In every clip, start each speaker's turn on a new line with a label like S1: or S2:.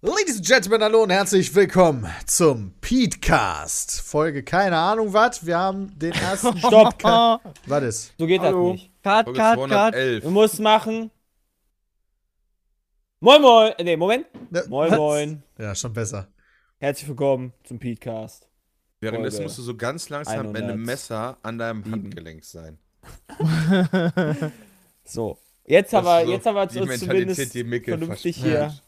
S1: Ladies and Gentlemen, hallo und herzlich willkommen zum Petecast. Folge keine Ahnung was. Wir haben den ersten.
S2: Stopp.
S1: was ist?
S2: So geht das nicht. Cut,
S3: Folge
S2: cut, cut.
S3: 211.
S2: Du musst machen. Moin, moin. Ne, Moment.
S1: Ne,
S2: Moin,
S1: was?
S2: moin.
S1: Ja, schon besser.
S2: Herzlich willkommen zum Petecast.
S3: Währenddessen
S2: Folge
S3: musst du so ganz langsam mit
S2: 100.
S3: einem Messer an deinem Handgelenk sein.
S2: So. Jetzt
S3: Das
S2: aber,
S3: ist so
S2: jetzt aber
S3: die
S2: uns zumindest
S3: Mentalität, die Mickel
S2: vernünftig
S3: versprüht.
S2: hier.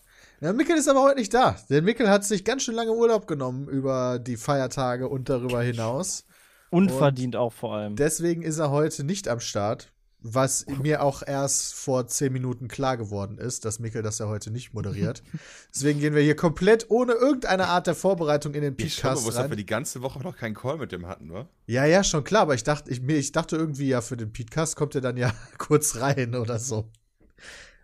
S1: Ja, Mikkel ist aber heute nicht da. Der Mikkel hat sich ganz schön lange Urlaub genommen über die Feiertage und darüber hinaus.
S4: Unverdient auch vor
S2: Ähm.
S4: allem.
S1: Deswegen ist er heute nicht am Start. Was mir auch erst vor zehn Minuten klar geworden ist, dass Mikkel das ja heute nicht moderiert. Deswegen gehen wir hier komplett ohne irgendeine Art der Vorbereitung in den
S3: Ich schaue
S1: Podcast.
S3: mal, dass wir
S1: rein.
S3: die ganze Woche noch keinen Call mit dem hatten, oder?
S1: Ja, ja, schon klar, aber ich dachte, ich, mir- ich dachte irgendwie, ja, für den Podcast kommt er dann ja kurz rein oder so.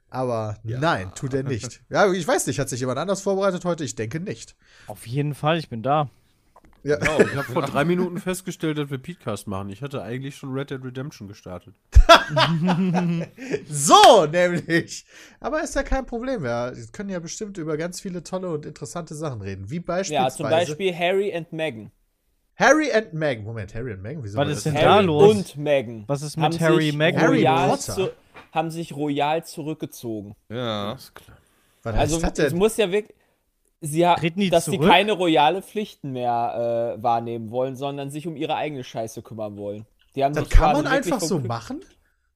S1: Aber
S3: Ja.
S1: nein, tut er nicht. Ja, ich weiß nicht, hat sich jemand anders vorbereitet heute? Ich denke nicht.
S4: Auf jeden Fall, ich bin da.
S5: Genau, ich habe vor drei Minuten festgestellt, dass wir Podcast machen. Ich hatte eigentlich schon Red Dead Redemption gestartet.
S1: So, nämlich. Aber ist ja kein Problem. Wir können ja bestimmt über ganz viele tolle und interessante Sachen reden. Wie beispielsweise
S2: Ja, zum Beispiel Harry und Meghan.
S1: Harry and Meghan. Moment, Harry and Meghan, wieso
S4: Was
S1: war
S4: ist denn
S2: Harry
S4: da los?
S2: und Meghan.
S4: Was ist
S2: haben
S4: mit Harry,
S2: sich
S4: Meghan
S1: Harry
S2: royal
S1: Potter?
S2: zu, haben sich royal zurückgezogen.
S3: Ja.
S5: Alles klar.
S1: was
S2: Also,
S1: heißt das
S2: es
S1: denn?
S2: muss ja wirklich. Sie ha
S4: Treten die
S2: dass sie
S4: zurück?
S2: keine royale Pflichten mehr äh, wahrnehmen wollen, sondern sich um ihre eigene Scheiße kümmern wollen. Die haben
S1: das
S2: sich
S1: kann
S2: quasi
S1: man
S2: wirklich
S1: einfach
S2: vom
S1: so
S2: Kü-
S1: machen?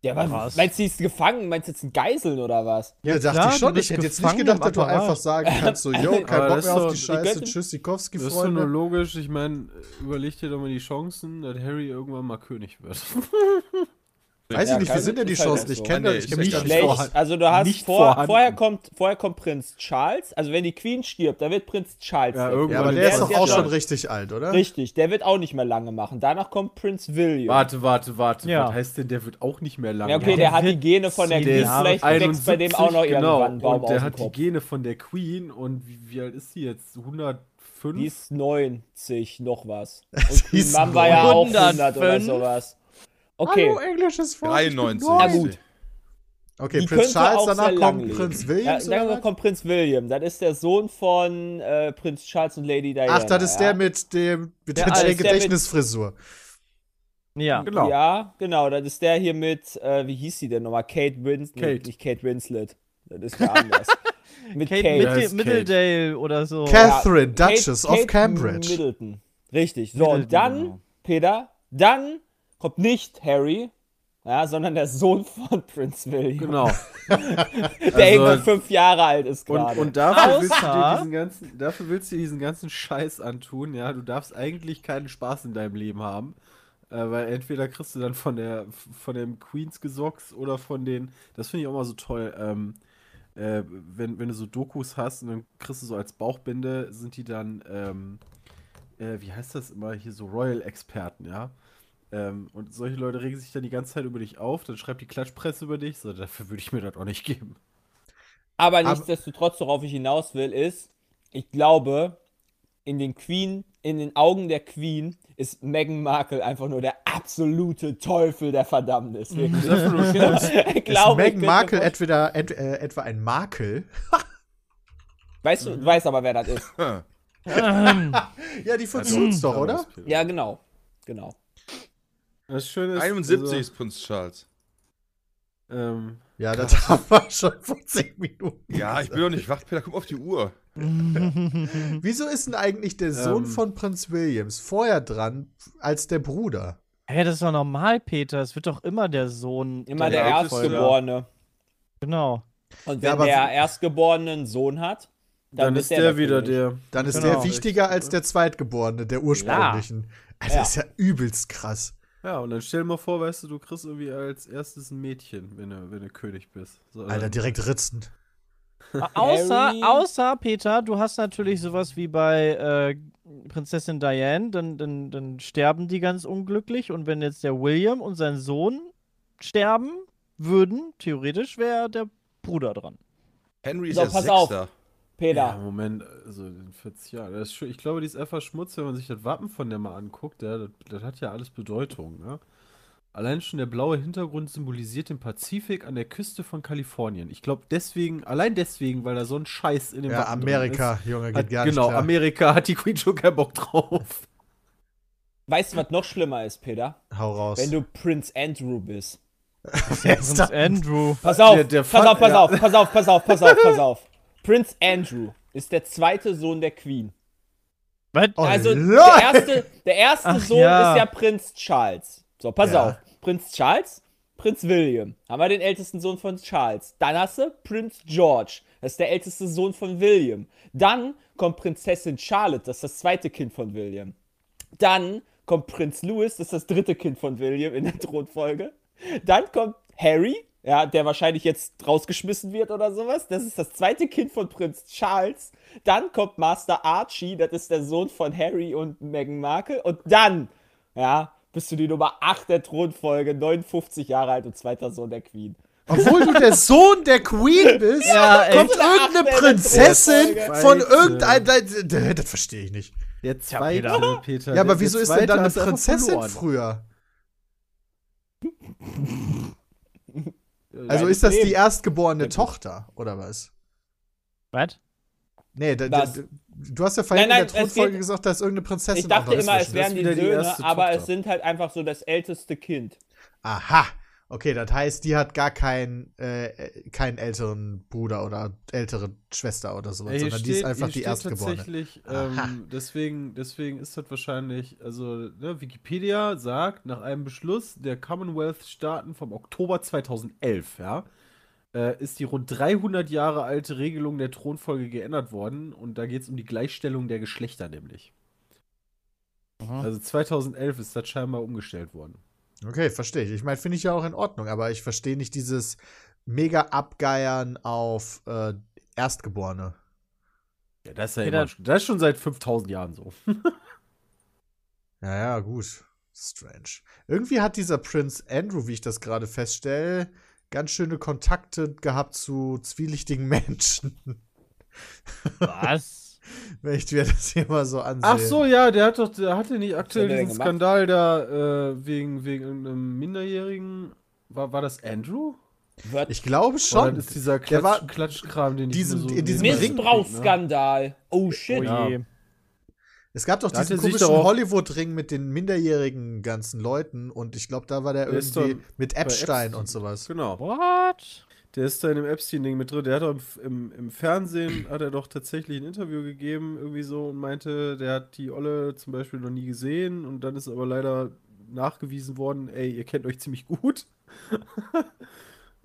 S2: Ja, was?
S4: Was?
S2: Meinst du, die ist gefangen? Meinst du, jetzt sind Geiseln oder was?
S1: Ja, dachte
S4: klar,
S1: ich schon. Ich
S4: du bist
S1: hätte jetzt nicht
S4: gefangen
S1: gedacht,
S4: im
S1: dass du
S4: Apparat.
S1: einfach sagen kannst, so, yo, kein
S5: Aber
S1: Bock
S5: das
S1: mehr auf
S5: ist doch-
S1: die
S5: die
S1: Scheiße.
S2: Göttin-
S1: Tschüss, Sikowski,
S5: Das ist doch nur
S1: Freunde.
S5: logisch. Ich meine, überleg dir doch mal die Chancen, dass Harry irgendwann mal König wird.
S1: Weiß
S2: Ja,
S1: ich nicht, wie
S2: kann-
S1: sind denn die
S2: ist halt
S1: Chancen?
S2: so.
S1: Ich kenne das,
S3: Ah, nee,
S1: ich
S3: ist
S1: kenne mich
S3: echt
S1: da nicht
S2: Schlecht.
S1: vor.
S2: Also du hast
S4: nicht
S2: vor,
S4: vorhanden.
S2: vorher kommt vorher kommt Prinz Charles. Also wenn die Queen stirbt, dann wird Prinz Charles.
S5: Ja,
S2: weg.
S5: irgendwann
S1: Ja, aber
S5: Weil
S1: der
S5: der
S1: ist doch
S5: ist
S1: auch
S5: ja
S1: schon
S5: schon-
S1: richtig alt, oder?
S2: Richtig, der wird auch nicht mehr lange machen. Danach kommt Prinz William.
S5: Warte, warte, warte.
S4: Ja.
S5: Was heißt denn, der wird auch nicht mehr lange.
S2: Ja, okay, der
S4: der
S2: hat die
S4: wird
S2: Gene von der
S4: sieben
S2: Queen.
S4: Jahre
S2: Vielleicht wächst bei dem auch noch irgendwann ein
S5: genau.
S2: Baum
S5: Und
S2: aus
S5: der
S2: dem
S5: hat die
S2: Kopf.
S5: Gene von der Queen und wie, wie alt ist sie jetzt? 105?
S2: Die ist 90 noch was. Und
S1: Die
S2: Queen
S1: ist
S2: Mom war ja auch 100 oder
S4: 105.
S2: sowas. Okay,
S1: Hallo, englisches Wort. ich bin
S3: 93.
S1: neu.
S2: na gut.
S1: Okay,
S2: Die
S1: Prinz
S2: könnte
S1: Charles,
S2: auch sehr
S1: danach
S2: lang
S1: kommt
S2: leben.
S1: Prinz
S2: Ja,
S1: William.
S2: dann kommt Prinz William. Das ist der Sohn von äh, Prinz Charles und Lady Diana.
S1: Ach, das ist
S2: ja.
S1: der mit dem mit
S4: Der
S1: der,
S4: alte,
S1: der
S2: der mit-
S1: Gedächtnisfrisur.
S4: Ja.
S5: Genau.
S2: Ja, genau. Das ist der hier mit, äh, wie hieß sie denn nochmal? Kate Winslet.
S5: Kate.
S2: Nicht Kate Winslet. Das ist der anders. mit
S4: Kate,
S2: Kate.
S4: Mid
S5: Ja, ist Kate.
S4: Middledale oder so.
S1: Cat-
S2: Ja,
S1: Catherine, Duchess of Cambridge.
S2: Middleton. Richtig. So,
S4: Middleton,
S2: und dann,
S4: genau.
S2: Peter, dann kommt nicht Harry, ja, sondern der Sohn von Prinz William,
S5: Genau.
S2: der irgendwann fünf Jahre alt ist
S5: Und,
S2: gerade.
S5: und dafür, willst du dir
S4: Außer-
S5: diesen ganzen, dafür willst du dir diesen ganzen Scheiß antun, ja. Du darfst eigentlich keinen Spaß in deinem Leben haben. Äh, weil entweder kriegst du dann von der von dem Queens gesocks oder von den, das finde ich auch mal so toll, ähm, äh, wenn, wenn du so Dokus hast und dann kriegst du so als Bauchbinde, sind die dann, ähm, äh, wie heißt das immer hier, so Royal-Experten, ja. Ähm, und solche Leute regen sich dann die ganze Zeit über dich auf, dann schreibt die Klatschpresse über dich, so dafür würde ich mir das auch nicht geben.
S2: Aber
S1: Aber-
S2: nichtsdestotrotz, worauf ich hinaus will, ist, ich glaube, in den Queen, in den Augen der Queen ist Meghan Markle einfach nur der absolute Teufel der Verdammnis. Wirklich. Genau.
S5: Das ist nur schlimm.
S2: ich
S1: Ist
S2: glaube, ich
S1: Meghan Markle
S2: könnte mir
S1: etwa, et, äh, etwa ein Makel?
S2: vorstellen- Weißt du, du weißt aber, wer das ist.
S1: Ja, die funktioniert's doch, oder?
S2: Ja, genau. Genau.
S5: Das Schöne ist,
S3: 71 ist Prinz Charles.
S5: Also, ähm,
S1: Ja, das haben wir schon vor zehn Minuten.
S3: Ja, ich bin doch nicht wach, Peter, guck auf die Uhr.
S1: Wieso ist denn eigentlich der Sohn
S5: Ähm.
S1: von Prinz Williams vorher dran als der Bruder?
S4: Hä, das ist doch normal, Peter. Es wird doch immer der Sohn.
S2: Immer
S3: Ja,
S2: der
S3: das ist-
S2: Erstgeborene.
S4: Genau.
S2: Und wenn
S1: Ja, aber-
S2: der Erstgeborene einen Sohn hat, dann,
S5: dann
S2: wird
S5: ist der wieder
S2: König.
S5: der.
S1: Dann ist
S4: Genau.
S1: der wichtiger als der Zweitgeborene, der ursprünglichen. Alter,
S2: Ja.
S1: Das ist ja übelst krass.
S5: Ja, und dann stell dir mal vor, weißt du, du kriegst irgendwie als erstes ein Mädchen, wenn du, wenn du König bist. So,
S1: Alter,
S5: dann,
S1: direkt ritzen.
S4: Außer,
S2: Harry?
S4: außer, Peter, du hast natürlich sowas wie bei äh, Prinzessin Diane, dann, dann, dann sterben die ganz unglücklich. Und wenn jetzt der William und sein Sohn sterben würden, theoretisch wäre der Bruder dran.
S3: Henry ist
S2: So,
S3: ja
S2: pass auf.
S3: Sechster.
S5: Ja,
S2: Peter,
S5: Moment, also in 40 Jahren. Das ist schon, ich glaube, die ist einfach Schmutz, wenn man sich das Wappen von der mal anguckt. Ja, das, das hat ja alles Bedeutung. Ne? Allein schon der blaue Hintergrund symbolisiert den Pazifik an der Küste von Kalifornien. Ich glaube, deswegen, allein deswegen, weil da so ein Scheiß in dem
S1: Ja,
S5: Wappen drin
S1: Amerika,
S5: Genau. ist,
S1: Junge, geht
S5: Hat,
S1: gar
S5: genau,
S1: nicht klar.
S5: Amerika hat die Queen schon keinen Bock drauf.
S2: weißt du, was noch schlimmer ist, Peter?
S1: Hau raus.
S2: Wenn du Prince Andrew bist.
S4: Prinz Andrew.
S2: Pass auf,
S5: Der- der
S2: pass
S5: Fun-
S2: auf, pass
S5: ja.
S2: auf, pass auf, pass auf, pass auf, pass auf. Prince Andrew ist der zweite Sohn der Queen.
S4: Was?
S1: Oh,
S2: Also der
S1: Leute.
S2: erste, der erste
S4: Ach
S2: Sohn
S4: ja.
S2: ist ja Prinz Charles. So, pass
S1: Ja.
S2: auf. Prinz Charles, Prinz William. Haben wir den ältesten Sohn von Charles. Dann hast du Prinz George. Das ist der älteste Sohn von William. Dann kommt Prinzessin Charlotte. Das ist das zweite Kind von William. Dann kommt Prinz Louis. Das ist das dritte Kind von William in der Thronfolge. Dann kommt Harry. Ja, der wahrscheinlich jetzt rausgeschmissen wird oder sowas. Das ist das zweite Kind von Prinz Charles. Dann kommt Master Archie, das ist der Sohn von Harry und Meghan Markle. Und dann, ja, bist du die Nummer 8 der Thronfolge, 59 Jahre alt und zweiter Sohn der Queen.
S1: Obwohl du der Sohn der Queen bist,
S4: ey.
S1: kommt
S2: Ach,
S1: irgendeine
S2: ey,
S1: Prinzessin
S5: das-
S1: von
S5: Scheiße.
S1: irgendein. Das das verstehe ich nicht.
S5: Der zweite,
S4: Peter.
S5: Peter.
S1: Ja,
S5: der-
S1: aber
S5: der
S1: wieso ist
S5: zweite
S1: denn dann eine
S5: hat's einfach
S1: Prinzessin
S5: verloren.
S1: früher?
S5: Äh,
S1: Also
S2: Nein,
S1: ist das
S2: nee.
S1: die erstgeborene Tochter, oder was?
S4: Was?
S1: Nee, da,
S2: Was?
S1: da, du hast ja vorhin
S2: Nein, nein,
S1: in der
S2: es
S1: Thronfolge
S2: geht-
S1: gesagt, da ist irgendeine Prinzessin
S2: Ich dachte
S1: auch noch
S2: immer, es
S1: dazwischen.
S2: wären
S5: ist
S2: die
S5: wieder die
S2: Söhne,
S5: erste
S2: aber
S5: Tochter.
S2: es sind halt einfach so das älteste Kind.
S1: Aha. Okay, das heißt, die hat gar keinen, äh, keinen älteren Bruder oder ältere Schwester oder sowas,
S5: Ja, hier
S1: sondern Also, die ist
S5: steht-
S1: einfach
S5: hier
S1: die
S5: steht
S1: Erstgeborene.
S5: Tatsächlich,
S1: Aha.
S5: ähm, deswegen, deswegen ist das wahrscheinlich, also ne, Wikipedia sagt, nach einem Beschluss der Commonwealth-Staaten vom Oktober 2011, ja, äh, ist die rund 300 Jahre alte Regelung der Thronfolge geändert worden und da geht es um die Gleichstellung der Geschlechter nämlich. Also 2011 ist das scheinbar umgestellt worden.
S1: Okay, verstehe ich. Ich meine, finde ich ja auch in Ordnung, aber ich verstehe nicht dieses mega Abgeiern auf äh, Erstgeborene.
S5: Ja, das ist ja
S4: Peter-
S5: immer, das ist schon seit 5000 Jahren so.
S1: Ja, ja, gut. Strange. Irgendwie hat dieser Prince Andrew, wie ich das gerade feststelle, ganz schöne Kontakte gehabt zu zwielichtigen Menschen.
S4: Was?
S1: Wenn ich mir das hier mal so ansehe.
S5: Ach so, ja, der hat doch, der hatte nicht aktuell
S2: hat der denn
S5: diesen
S2: gemacht?
S5: Skandal da äh, wegen, wegen irgendeinem Minderjährigen. War, war das Andrew?
S2: Wird
S1: Ich glaube
S5: Oder
S1: schon.
S5: das Oh, ist dieser
S1: Der
S5: Klatsch,
S1: war-
S5: Klatschkram, den
S1: diesem-
S5: ich mir so
S1: in diesem
S5: nebenbei mitkrieg,
S2: Missbrauchsskandal. Oh
S4: Oh
S2: shit.
S5: Genau.
S4: je.
S1: Es gab doch
S5: Da hat
S1: diesen
S5: er sich
S1: komischen
S5: doch auch-
S1: Hollywood-Ring mit den minderjährigen ganzen Leuten und ich glaube, da war der
S5: Der ist
S1: irgendwie
S5: doch
S1: mit Epstein und sowas.
S5: Ne? Genau.
S4: What?
S5: Der ist da in dem Epstein-Ding mit drin. Der hat doch im, im, im Fernsehen, hat er doch tatsächlich ein Interview gegeben, irgendwie so, und meinte, der hat die Olle zum Beispiel noch nie gesehen und dann ist aber leider nachgewiesen worden, ey, ihr kennt euch ziemlich gut.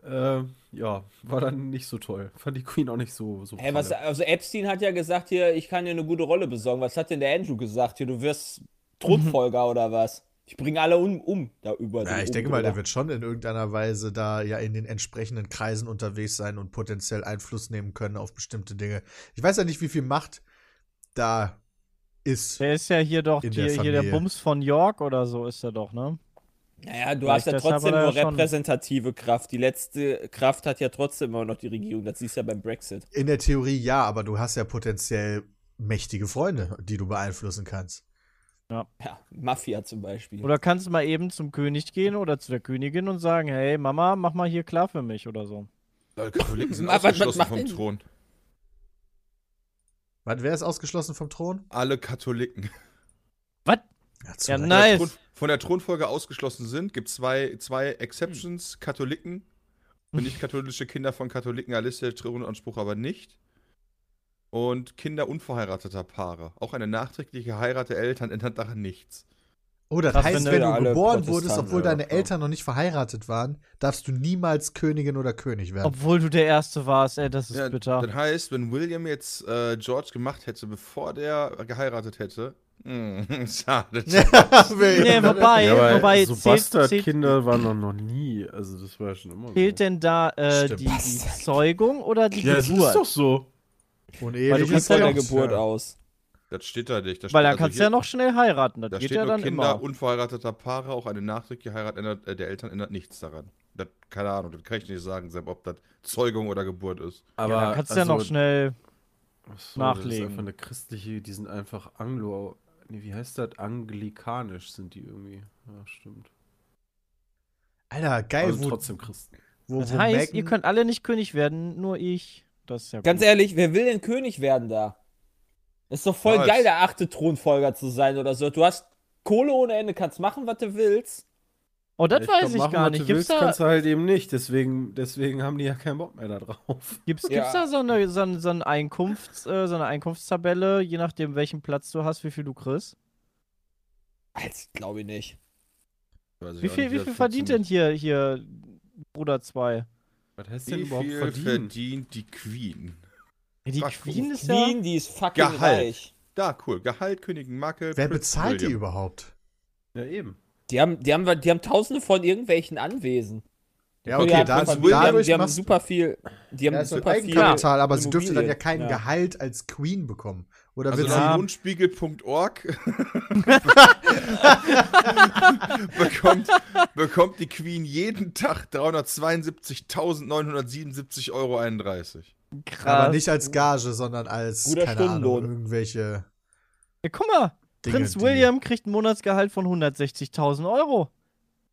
S5: äh, ja, war dann nicht so toll. Fand die Queen auch nicht so, so
S2: Hey, was,
S5: pralle.
S2: also Epstein hat ja gesagt hier, ich kann dir eine gute Rolle besorgen. Was hat denn der Andrew gesagt? Hier, du wirst Thronfolger oder was? Ich bringe alle um, um da über.
S5: Genau,
S1: Ja,
S2: den
S5: oh,
S1: ich
S2: oben
S1: denke mal, der
S2: drüber.
S1: wird schon in irgendeiner Weise da ja in den entsprechenden Kreisen unterwegs sein und potenziell Einfluss nehmen können auf bestimmte Dinge. Ich weiß ja nicht, wie viel Macht da ist.
S4: Der ist ja hier doch
S1: In
S4: die,
S1: der
S4: hier der
S1: Familie.
S4: Bums von York oder so ist er doch, ne?
S2: Naja, du
S4: Vielleicht
S2: hast ja
S4: deshalb
S2: trotzdem
S4: hat er
S2: nur
S4: ja schon-
S2: repräsentative Kraft. Die letzte Kraft hat ja trotzdem immer noch die Regierung. Das siehst du ja beim Brexit.
S1: In der Theorie ja, aber du hast ja potenziell mächtige Freunde, die du beeinflussen kannst.
S2: Ja, Mafia zum Beispiel.
S4: Oder kannst du mal eben zum König gehen oder zu der Königin und sagen, hey Mama, mach mal hier klar für mich oder so.
S3: Leute, Katholiken sind
S2: Was- was
S3: ausgeschlossen
S2: macht
S3: vom
S2: denn-
S3: Thron.
S1: Wann wäre es ausgeschlossen vom Thron?
S3: Alle Katholiken.
S1: Ja, zu
S4: Ja,
S1: Recht.
S3: Von der
S4: nein. Nice.
S3: Thron- Von der Thronfolge ausgeschlossen sind, gibt zwei, zwei Exceptions.
S4: Hm.
S3: Katholiken. Wenn nicht katholische Kinder von Katholiken erlistet der Thronanspruch aber nicht. Und Kinder unverheirateter Paare. Auch eine nachträgliche Heirat der Eltern ändert daran nichts.
S1: Oh, das
S2: Krass,
S1: heißt,
S2: wenn du
S1: wenn
S2: ja
S1: du
S2: alle
S1: geboren wurdest,
S2: Protestanten
S1: obwohl
S2: oder
S1: deine
S2: so.
S1: Eltern noch nicht verheiratet waren, darfst du niemals Königin oder König werden.
S4: Obwohl du der Erste warst, ey, das ist
S3: Ja,
S4: bitter.
S3: Das heißt, wenn William jetzt äh, George gemacht hätte, bevor der geheiratet hätte, Hm, schade.
S4: Nee, wobei,
S5: Ja, aber
S4: wobei
S5: so
S4: zählt, zählt,
S5: Bastardkinder waren noch, noch nie. Also das war ja schon immer
S4: zählt
S5: so.
S4: denn da äh,
S1: Stimmt.
S4: die, die Zeugung oder die
S5: Ja, das ist
S4: Geburt?
S5: doch so.
S2: Weil du
S1: Uneheliches
S2: gehst von der
S1: Kind.
S2: Geburt
S1: Ja.
S2: aus.
S3: Das steht da nicht. Da steht
S4: Weil da
S3: also
S4: kannst du
S3: hier-
S4: ja noch schnell heiraten, das
S3: Da
S4: geht
S3: steht
S4: ja
S3: nur
S4: dann
S3: Kinder
S4: immer.
S3: unverheirateter Paare, auch eine nachträgliche Heirat ändert, äh, der Eltern ändert nichts daran. Das, keine Ahnung, das kann ich nicht sagen, Sepp, ob das Zeugung oder Geburt ist.
S5: Aber
S4: Ja, da kannst du ja noch
S5: also,
S4: schnell.
S5: achso, Das ist
S4: nachlegen.
S5: einfach eine christliche, die sind einfach Anglo. Nee, wie heißt das? Anglikanisch sind die irgendwie. Ja, stimmt.
S1: Alter, geil,
S5: Also
S1: wo,
S5: trotzdem Christen.
S1: wo,
S4: Das
S1: wo
S4: heißt,
S1: Mecken-
S4: ihr könnt alle nicht König werden, nur ich. Das ist ja
S2: Ganz
S4: gut.
S2: ehrlich, wer will denn König werden da? Ist doch voll
S3: Nice.
S2: geil, der achte Thronfolger zu sein oder so. Du hast Kohle ohne Ende, kannst machen, was du willst.
S4: Oh, das
S5: Ja, glaub,
S4: weiß ich
S5: machen,
S4: gar
S5: was
S4: nicht.
S5: Du
S4: Gibt's
S5: willst,
S4: da,
S5: kannst du halt eben nicht. Deswegen, deswegen haben die ja keinen Bock mehr da drauf.
S4: gibt's,
S2: Ja.
S4: gibt's da so eine, so, ein- so, ein Einkunfts, äh, so eine Einkunftstabelle, je nachdem, welchen Platz du hast, wie viel du kriegst?
S2: Als glaube ich nicht.
S3: Weiß ich
S4: Wie
S3: auch
S4: viel,
S3: nicht,
S4: wie
S3: das
S4: viel verdient denn
S3: funktioniert.
S4: hier, hier Bruder 2?
S5: Was heißt denn
S3: Wie
S5: überhaupt
S3: viel
S5: verdienen?
S3: verdient die Queen?
S4: Die
S3: Ach, guck.
S4: Queen ist ja.
S2: Queen, die ist fucking
S3: Gehalt.
S2: reich.
S3: Da, cool. Gehalt, Königin Marke.
S1: Wer
S3: Prinz
S1: bezahlt die
S3: William.
S1: überhaupt?
S5: Ja, eben.
S2: Die haben, die, haben, die haben tausende von irgendwelchen Anwesen.
S1: Ja,
S2: So,
S1: okay,
S2: die haben
S1: da,
S2: von- die haben,
S1: dadurch
S2: die haben
S1: machst-
S2: super viel. Die haben
S1: ja, ist ein
S2: super viel.
S1: Eigenkapital, aber sie dürfte dann ja
S2: Immobilien.
S1: kein Gehalt als Queen bekommen. Oder
S3: Also
S1: wird
S3: nach
S4: Ja.
S3: rundspiegel.org bekommt, bekommt die Queen jeden Tag 372.977,31 Euro.
S1: sie aber nicht als Gage, sondern als,
S2: Guter
S1: keine Ahnung,
S2: Stundenlohn.
S1: irgendwelche
S4: Ja, guck mal,
S1: Dinge.
S4: Prinz
S1: die-
S4: William kriegt ein Monatsgehalt von 160.000 Euro.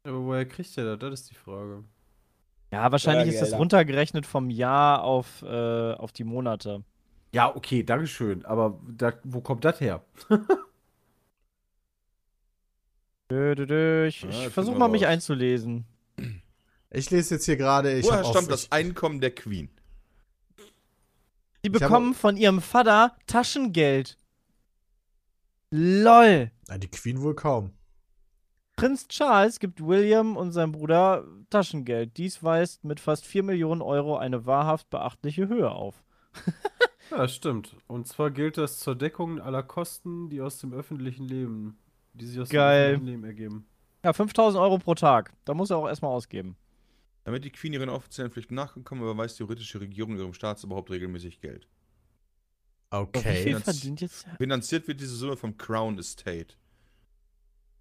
S5: Aber woher kriegt der das? Das ist die Frage.
S4: Ja, wahrscheinlich ist das
S2: Steuergelder.
S4: runtergerechnet vom Jahr auf, äh, auf die Monate.
S5: Ja, okay, Dankeschön. Aber da, wo kommt das her?
S4: Dö, dö, dö. Ich,
S3: Ja,
S4: ich
S3: finden
S4: versuche
S3: wir
S4: mal, mich
S3: raus.
S4: einzulesen.
S1: Ich lese jetzt hier gerade, ich
S3: Woher
S1: hab
S3: stammt
S1: auf, ich,
S3: das Einkommen der Queen?
S4: Die
S1: Ich hab
S4: bekommen von ihrem Vater Taschengeld. LOL.
S1: Na, die Queen wohl kaum.
S4: Prinz Charles gibt William und seinem Bruder Taschengeld. Dies weist mit fast 4 Millionen Euro eine wahrhaft beachtliche Höhe auf.
S5: Ja, stimmt. Und zwar gilt das zur Deckung aller Kosten, die aus dem öffentlichen Leben, die sich aus
S4: Geil.
S5: dem öffentlichen Leben ergeben.
S4: Ja, 5000 Euro pro Tag. Da muss er auch erstmal ausgeben.
S3: Damit die Queen ihren offiziellen Pflichten nachgekommen, überweist die britische Regierung ihrem Staatsoberhaupt regelmäßig Geld.
S4: Wie viel
S1: Okay.
S3: das-
S4: verdient jetzt? der-
S3: Finanziert wird diese Summe vom Crown Estate.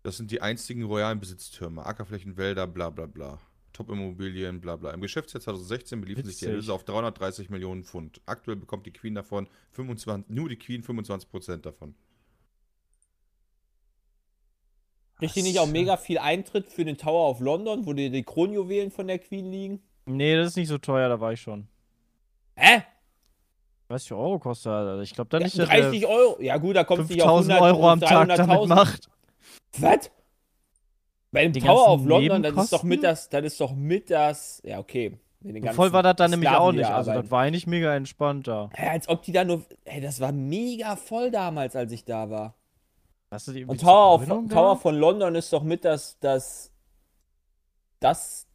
S3: Das sind die einstigen royalen Besitztümer, Ackerflächen, Wälder, bla bla bla. Top-Immobilien, bla bla. Im Geschäftsjahr 2016 beliefen sich die
S4: Witzig.
S3: Erlöse auf 330 Millionen Pfund. Aktuell bekommt die Queen davon 25, nur die Queen 25 Prozent davon.
S2: Kriegt die nicht auch mega viel Eintritt für den Tower of London, wo dir die Kronjuwelen von der Queen liegen?
S4: Nee, das ist nicht so teuer, da war ich schon.
S2: Hä?
S4: 30 Euro kostet er. Also, Ich glaube, da nicht. dass er
S2: 30 Euro? Ja gut, da kommst du nicht auf
S4: 5000
S2: 100,
S4: Euro am Tag
S2: 300.000.
S4: damit macht.
S2: Was? Bei dem
S4: Die
S2: Tower
S4: ganzen
S2: of London, das ist doch
S4: Nebenkosten?
S2: mit das, das ist doch mit das, ja okay. Mit den
S4: So
S2: ganzen
S4: voll war das dann nämlich
S2: Sklaven,
S4: auch
S2: die
S4: nicht.
S2: da
S4: Also, das
S2: arbeiten.
S4: war eigentlich mega entspannt da.
S2: Hä, als ob die da nur, ey, das war mega voll damals, als ich da war.
S4: Hast du die irgendwie
S2: Und Tower,
S4: zur
S2: of,
S4: Krönung da?
S2: Tower von London ist doch mit das, das, das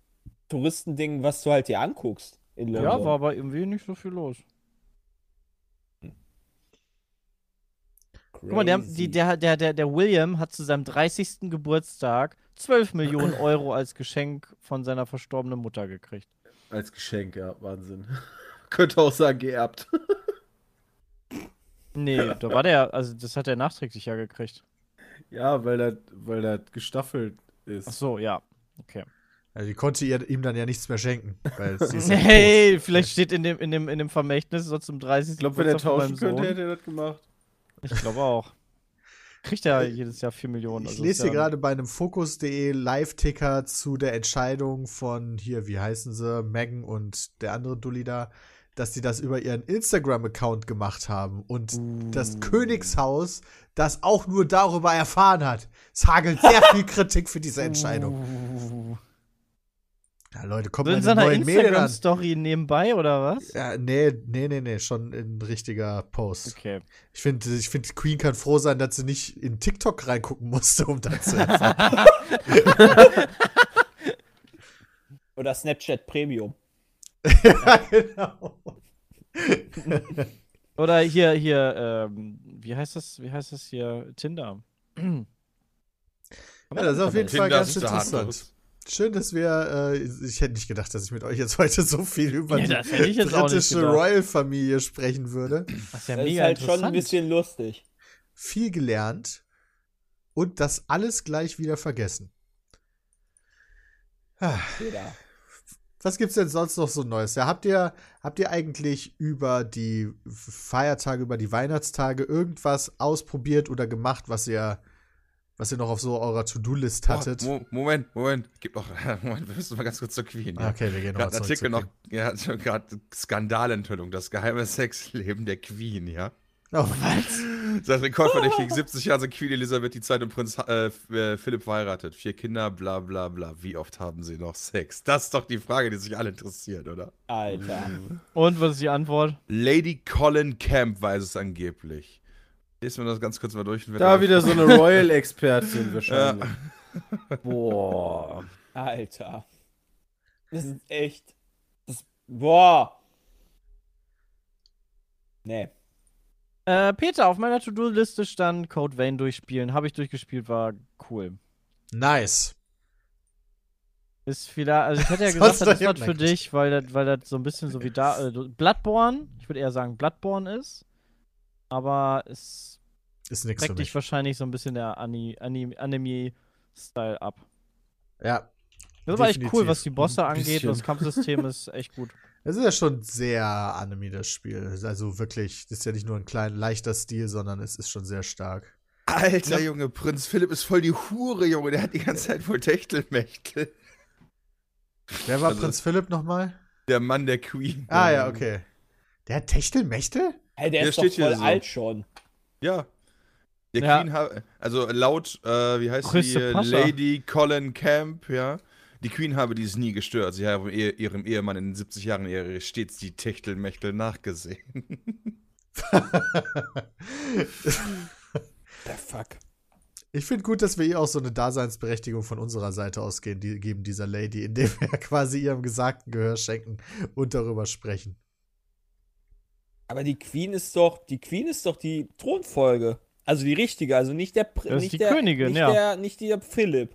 S2: Touristending, was du halt dir anguckst in London.
S4: Ja, war aber irgendwie nicht so viel los. Guck mal, der,
S2: Crazy.
S4: die, der, der, der, der William hat zu seinem 30. Geburtstag 12 Millionen Euro als Geschenk von seiner verstorbenen Mutter gekriegt.
S5: Als Geschenk, ja, Wahnsinn. Könnte auch sagen, geerbt.
S4: Nee, da war der, also das hat er nachträglich ja gekriegt.
S5: Ja, weil das, weil das gestaffelt ist.
S4: Ach so, ja.
S1: Ja, Also die konnte ihr, ihm dann ja nichts mehr schenken. Weil sie ist ja
S4: Hey, vielleicht steht in dem, in dem, in dem Vermächtnis so zum 30.
S5: Ich glaube, wenn er
S4: Geburtstag von
S5: tauschen
S4: meinem
S5: könnte,
S4: Sohn.
S5: hätte er das gemacht.
S4: Ich glaube auch. Kriegt er jedes Jahr 4 Millionen.
S1: Ich
S4: also
S1: lese
S4: ist
S1: hier
S4: ja-
S1: gerade bei einem Focus.de Live-Ticker zu der Entscheidung von hier, wie heißen sie, Megan und der andere Dulli da, dass sie das über ihren Instagram-Account gemacht haben und das Königshaus das auch nur darüber erfahren hat. Es hagelt sehr viel Kritik für diese Entscheidung.
S4: Uh.
S1: Ja, Leute, kommt
S4: So
S1: mal
S4: in
S1: in
S4: seiner
S1: neuen Medien an.
S4: Instagram-Story nebenbei oder was?
S1: Ja, nee, nee, nee, nee, schon ein richtiger Post.
S4: Okay.
S1: Ich finde, ich find, Queen kann froh sein, dass sie nicht in TikTok reingucken musste, um das zu erfahren.
S2: Oder Snapchat Premium.
S1: ja, genau.
S4: Oder hier, hier, ähm, wie heißt das, wie heißt das hier? Tinder.
S1: Ja, das ist auf jeden Fall
S3: Tinder
S1: ganz
S3: ist der
S1: interessant.
S3: Hartmut.
S1: Schön, dass wir, äh, ich hätte nicht gedacht, dass ich mit euch jetzt heute so viel über
S4: Ja, das hätte
S1: die
S4: ich jetzt auch nicht
S1: britische
S4: gedacht.
S1: Royal-Familie sprechen würde.
S4: Das ist ja
S2: Das ist
S4: mega
S2: halt
S4: interessant.
S2: schon ein bisschen lustig.
S1: Viel gelernt und das alles gleich wieder vergessen. Ah.
S2: Jeder.
S1: Was gibt's denn sonst noch so Neues? Ja, habt ihr, habt ihr eigentlich über die Feiertage, über die Weihnachtstage irgendwas ausprobiert oder gemacht, was ihr, was ihr noch auf so eurer To-Do-List hattet?
S3: Oh, Mo- Moment, Moment. Gibt noch. Moment, wir müssen mal ganz kurz zur Queen.
S1: Ah, okay, wir gehen
S3: Gerade
S1: nochmal
S3: einen
S1: zurück.
S3: Artikel
S1: Zu
S3: noch, ja, so gerade Skandalenthüllung, das geheime Sexleben der Queen, ja.
S1: oh, was?
S3: Seit Rekordverdächtigen 70 Jahren sind Queen Elisabeth II und Prinz äh, F- äh, Philipp verheiratet. Vier Kinder, bla bla bla. Wie oft haben sie noch Sex? Das ist doch die Frage, die sich alle interessiert, oder?
S2: Alter.
S4: Und was ist die Antwort?
S3: Lady Colin Camp weiß es angeblich. Lesen wir das ganz kurz mal durch. und werden
S5: Da
S3: dann-
S5: wieder so eine Royal-Expertin wahrscheinlich.
S2: Boah. Alter. Das ist echt. Das, boah. Nee.
S4: Äh, Peter, auf meiner To-Do-Liste stand Code Vein durchspielen. Habe ich durchgespielt, war cool.
S1: Nice.
S4: Ist vielleicht, also ich hätte ja
S1: Sonst
S4: gesagt, das ist
S1: dahin-
S4: was für
S1: Nein, Quatsch.
S4: dich, weil das, weil das so ein bisschen so wie da, äh, Bloodborne, ich würde eher sagen Bloodborne ist, aber es
S1: Ist nix für
S4: trägt
S1: mich.
S4: dich wahrscheinlich so ein bisschen der Ani, Ani, Anime-Style ab.
S1: Ja.
S4: Das war echt cool,
S1: Definitiv.
S4: was die Bosse
S5: Ein
S4: angeht
S5: bisschen.
S4: und das Kampfsystem ist echt gut.
S1: Es ist ja schon sehr anime, das Spiel. Also wirklich, das ist ja nicht nur ein kleiner, leichter Stil, sondern es ist schon sehr stark.
S3: Alter Junge, Prinz Philipp ist voll die Hure, Junge. Der hat die ganze Zeit wohl Techtelmechtel.
S1: Wer war
S3: Also- Ähm,
S1: Prinz Philipp nochmal?
S3: Der Mann der Queen.
S1: Ah, ja, okay. Der hat Techtelmechtel?
S2: Hey, der
S3: Der
S2: ist doch
S3: steht hier
S2: voll
S3: so.
S2: alt schon.
S3: Ja. Der
S4: Ja.
S3: Queen habe, also laut, äh, wie heißt
S4: Grüße,
S3: die,
S4: Pascha.
S3: Lady Colin Camp, ja. Die Queen habe dies nie gestört. Sie habe ihr- ihrem Ehemann in den 70 Jahren Ehe stets die Techtelmechtel nachgesehen.
S2: The fuck.
S1: Ich finde gut, dass wir ihr auch so eine Daseinsberechtigung von unserer Seite ausgehen, die, geben dieser Lady, indem wir quasi ihrem Gesagten Gehör schenken und darüber sprechen.
S2: Aber die Queen ist doch, die Queen ist doch die Thronfolge. Also die richtige, also nicht der Pr-
S4: Das ist
S2: nicht
S4: die
S2: der,
S4: Königin,
S2: nicht
S4: ja.
S2: der, nicht der Philipp.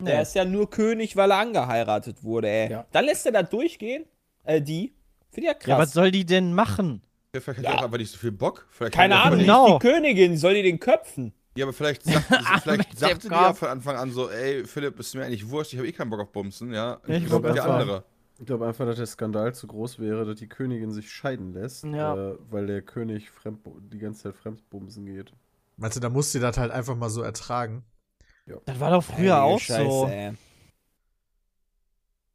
S2: Der
S4: Nee.
S2: ist ja nur König, weil er angeheiratet wurde, ey.
S5: Ja.
S2: Dann lässt er da durchgehen, äh, die. Finde ich ja
S4: Ja, was
S2: krass.
S4: soll die denn machen?
S3: Ja, vielleicht hat die auch einfach nicht so viel Bock. Vielleicht
S2: Keine
S3: hat die auch
S2: Ahnung,
S3: nicht-
S4: Genau.
S2: die Königin, soll die den köpfen?
S3: Ja, aber vielleicht, sagt, vielleicht
S4: dem
S3: sagte die
S4: Kopf.
S3: ja von Anfang an so, ey, Philipp, ist mir eigentlich wurscht, ich habe eh keinen Bock auf Bumsen, ja.
S4: Ich
S3: Wie
S4: wollt
S3: kommt
S5: grad
S3: der
S5: sagen.
S3: andere.
S5: Ich glaube einfach, dass der Skandal zu groß wäre, dass die Königin sich scheiden lässt,
S4: Ja.
S5: äh, weil der König fremd, die ganze Zeit fremdbumsen geht.
S1: Meinst du, da muss sie das halt einfach mal so ertragen?
S4: Das war doch früher
S2: Heilige
S4: auch
S2: Scheiße,
S4: so.
S2: ey.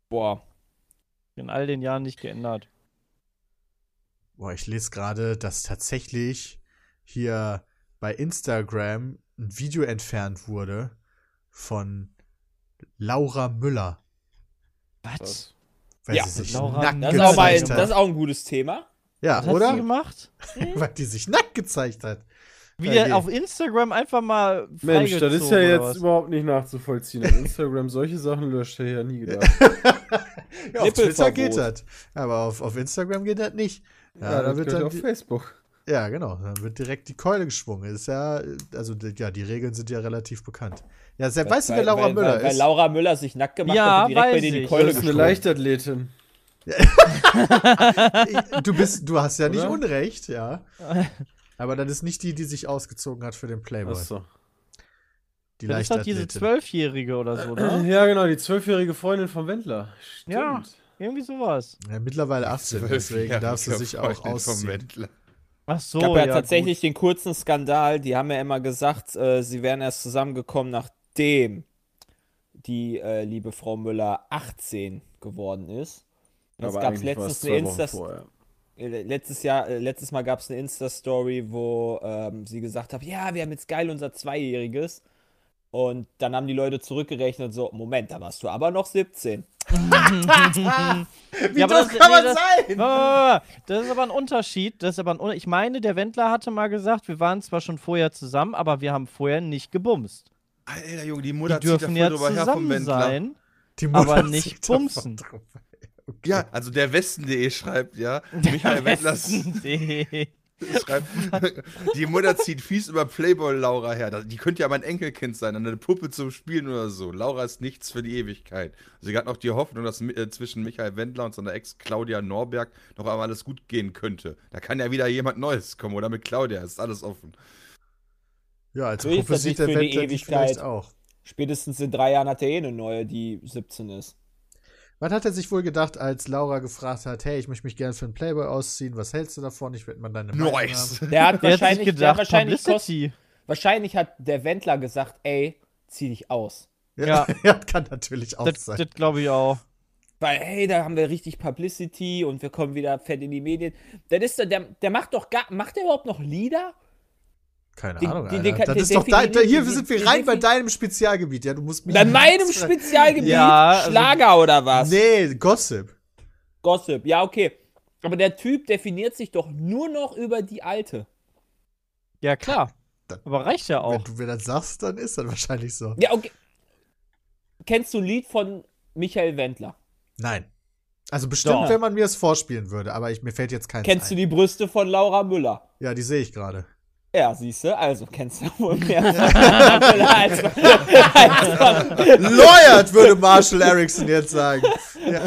S2: Boah.
S4: In all den Jahren nicht geändert.
S1: Boah, ich lese gerade, dass tatsächlich hier bei Instagram ein Video entfernt wurde von Laura Müller,
S4: Was?
S1: weil
S2: Ja,
S1: sie sich
S4: Laura
S1: nackt
S2: Das ist, auch mal,
S1: gezeigt
S4: Alter.
S2: das ist
S1: hat.
S2: auch ein gutes Thema.
S1: Ja,
S4: Was hat sie
S1: oder?
S4: gemacht?
S1: Weil die sich nackt gezeigt hat.
S4: Wie
S1: Ja,
S4: der
S1: nee.
S4: auf Instagram einfach mal
S5: Mensch, das
S4: freigezogen,
S5: ist ja
S4: oder
S5: jetzt
S4: was?
S5: überhaupt nicht nachzuvollziehen. Auf Instagram solche Sachen löscht hätte ich ja nie gedacht.
S1: Ja, auf Twitter
S2: Nippelverbot.
S1: geht das. Aber auf, auf Instagram geht das nicht. Ja, da
S5: das
S1: wird
S5: gehört
S1: dann
S5: auf
S1: die-
S5: Facebook.
S1: Ja, genau. Dann wird direkt die Keule geschwungen. Ist ja, also die- ja, die Regeln sind ja relativ bekannt. Ja, selbst weißt du, wer
S2: Weil-
S1: Laura
S2: weil,
S1: Müller
S2: weil,
S1: ist?
S2: Weil Laura Müller sich nackt gemacht
S4: Ja,
S2: hat und direkt bei
S4: weiß
S2: denen die
S4: ich.
S2: Keule
S5: Das ist eine
S2: gestoßen.
S5: Leichtathletin.
S1: Ich- du bist, du hast ja nicht
S5: Oder?
S1: Unrecht, ja. Aber das ist nicht die, die sich ausgezogen hat für den Playboy.
S5: Achso.
S1: Die
S4: Das ist doch diese
S1: Leichtathletin.
S4: Zwölfjährige oder so, ne?
S5: Ja, genau, die zwölfjährige Freundin von Wendler. Stimmt.
S4: Ja. Irgendwie sowas.
S1: Ja, mittlerweile 18, deswegen darf sie sich auch ausziehen.
S4: Ach so,
S2: Ich habe ja,
S4: ja,
S2: tatsächlich den kurzen Skandal, die haben ja immer gesagt, äh, sie wären erst zusammengekommen, nachdem die äh, liebe Frau Müller 18 geworden ist. Jetzt
S5: Aber
S2: gab es
S5: eigentlich war
S2: letztens
S5: es
S2: eine
S5: zwei Wochen
S2: Insta
S5: vorher.
S2: äh, letztes Jahr, äh, letztes Mal gab es eine Insta-Story, wo ähm, sie gesagt hat, ja, wir haben jetzt geil unser Zweijähriges. Und dann haben die Leute zurückgerechnet, so, Moment, da warst du aber noch 17.
S4: Wie ja, aber das, kann man sein? Das ist aber ein Unterschied. Das ist aber ein Un ich meine, der Wendler hatte mal gesagt, wir waren zwar schon vorher zusammen, aber wir haben vorher nicht gebumst.
S3: Alter Junge, die Mutter
S4: Die
S3: zieht da
S4: dürfen
S3: voll
S4: ja
S3: drüber her vom
S4: zusammen
S3: Wendler.
S4: sein.
S1: Die
S4: Aber
S1: Mutter
S4: nicht
S1: zieht davon
S4: bumsen.
S1: drauf.
S3: Ne? Ja, also der Westen.de schreibt, ja, Michael Wendlers
S4: Nee.
S3: Schreibt, die Mutter zieht fies über Playboy Laura her. Das- Die könnte ja mein Enkelkind sein, eine Puppe zum Spielen oder so. Laura ist nichts für die Ewigkeit. Sie hat noch die Hoffnung, dass mi- äh, zwischen Michael Wendler und seiner Ex Claudia Norberg noch einmal alles gut gehen könnte. Da kann ja wieder jemand Neues kommen oder mit Claudia. Ist alles offen.
S1: Ja, als
S2: So ist das
S1: Prophetie
S2: nicht
S1: der
S2: für die
S1: Welt
S2: Ewigkeit.
S1: vielleicht auch.
S2: Spätestens in drei Jahren hat er eh eine neue, die 17 ist.
S1: Was hat er sich wohl gedacht, als Laura gefragt hat, hey, ich möchte mich gerne für einen Playboy ausziehen, was hältst du davon? Ich werde mal deine Meinung
S3: Neues.
S1: haben.
S2: Der hat
S4: Der hat sich
S2: wahrscheinlich, der hat
S4: gedacht,
S2: wahrscheinlich, kost,
S4: Publicity.
S2: wahrscheinlich hat der Wendler gesagt, ey, zieh dich aus.
S1: Ja,
S4: Ja.
S1: ja, kann natürlich auch
S4: Das,
S1: sein.
S4: das glaube ich auch.
S2: Weil, hey, da haben wir richtig Publicity und wir kommen wieder fett in die Medien. Das ist, doch- der, der macht doch gar, macht der überhaupt noch Lieder?
S1: Keine
S2: die-
S1: Ahnung,
S2: die-
S1: Alter.
S2: die-
S1: das
S2: die-
S1: ist doch da,
S2: die-
S1: da, hier
S2: die-
S1: sind
S2: die-
S1: wir rein bei
S2: die-
S1: deinem Spezialgebiet. Ja, du musst mich
S2: Bei meinem
S1: nichts fra-
S2: Spezialgebiet?
S4: Ja, also-
S2: Schlager oder was?
S1: Nee, Gossip.
S2: Gossip, ja, okay. Aber der Typ definiert sich doch nur noch über die alte.
S4: Ja, klar.
S1: Dann-
S4: Aber reicht ja
S1: Wenn
S4: auch.
S1: du mir das sagst, dann ist das wahrscheinlich so.
S2: Ja, okay. Kennst du ein Lied von Michael Wendler?
S1: Nein. Also bestimmt,
S2: Doch.
S1: wenn man mir es vorspielen würde, aber ich, mir fällt jetzt keins
S2: Kennst du
S1: ein.
S2: die Brüste von Laura Müller?
S1: Ja, die sehe ich gerade.
S2: Ja, siehst du, also kennst du wohl mehr von Laura Müller als Also, von, als von
S1: Lawyered, würde Marshall Erickson jetzt sagen. Ja.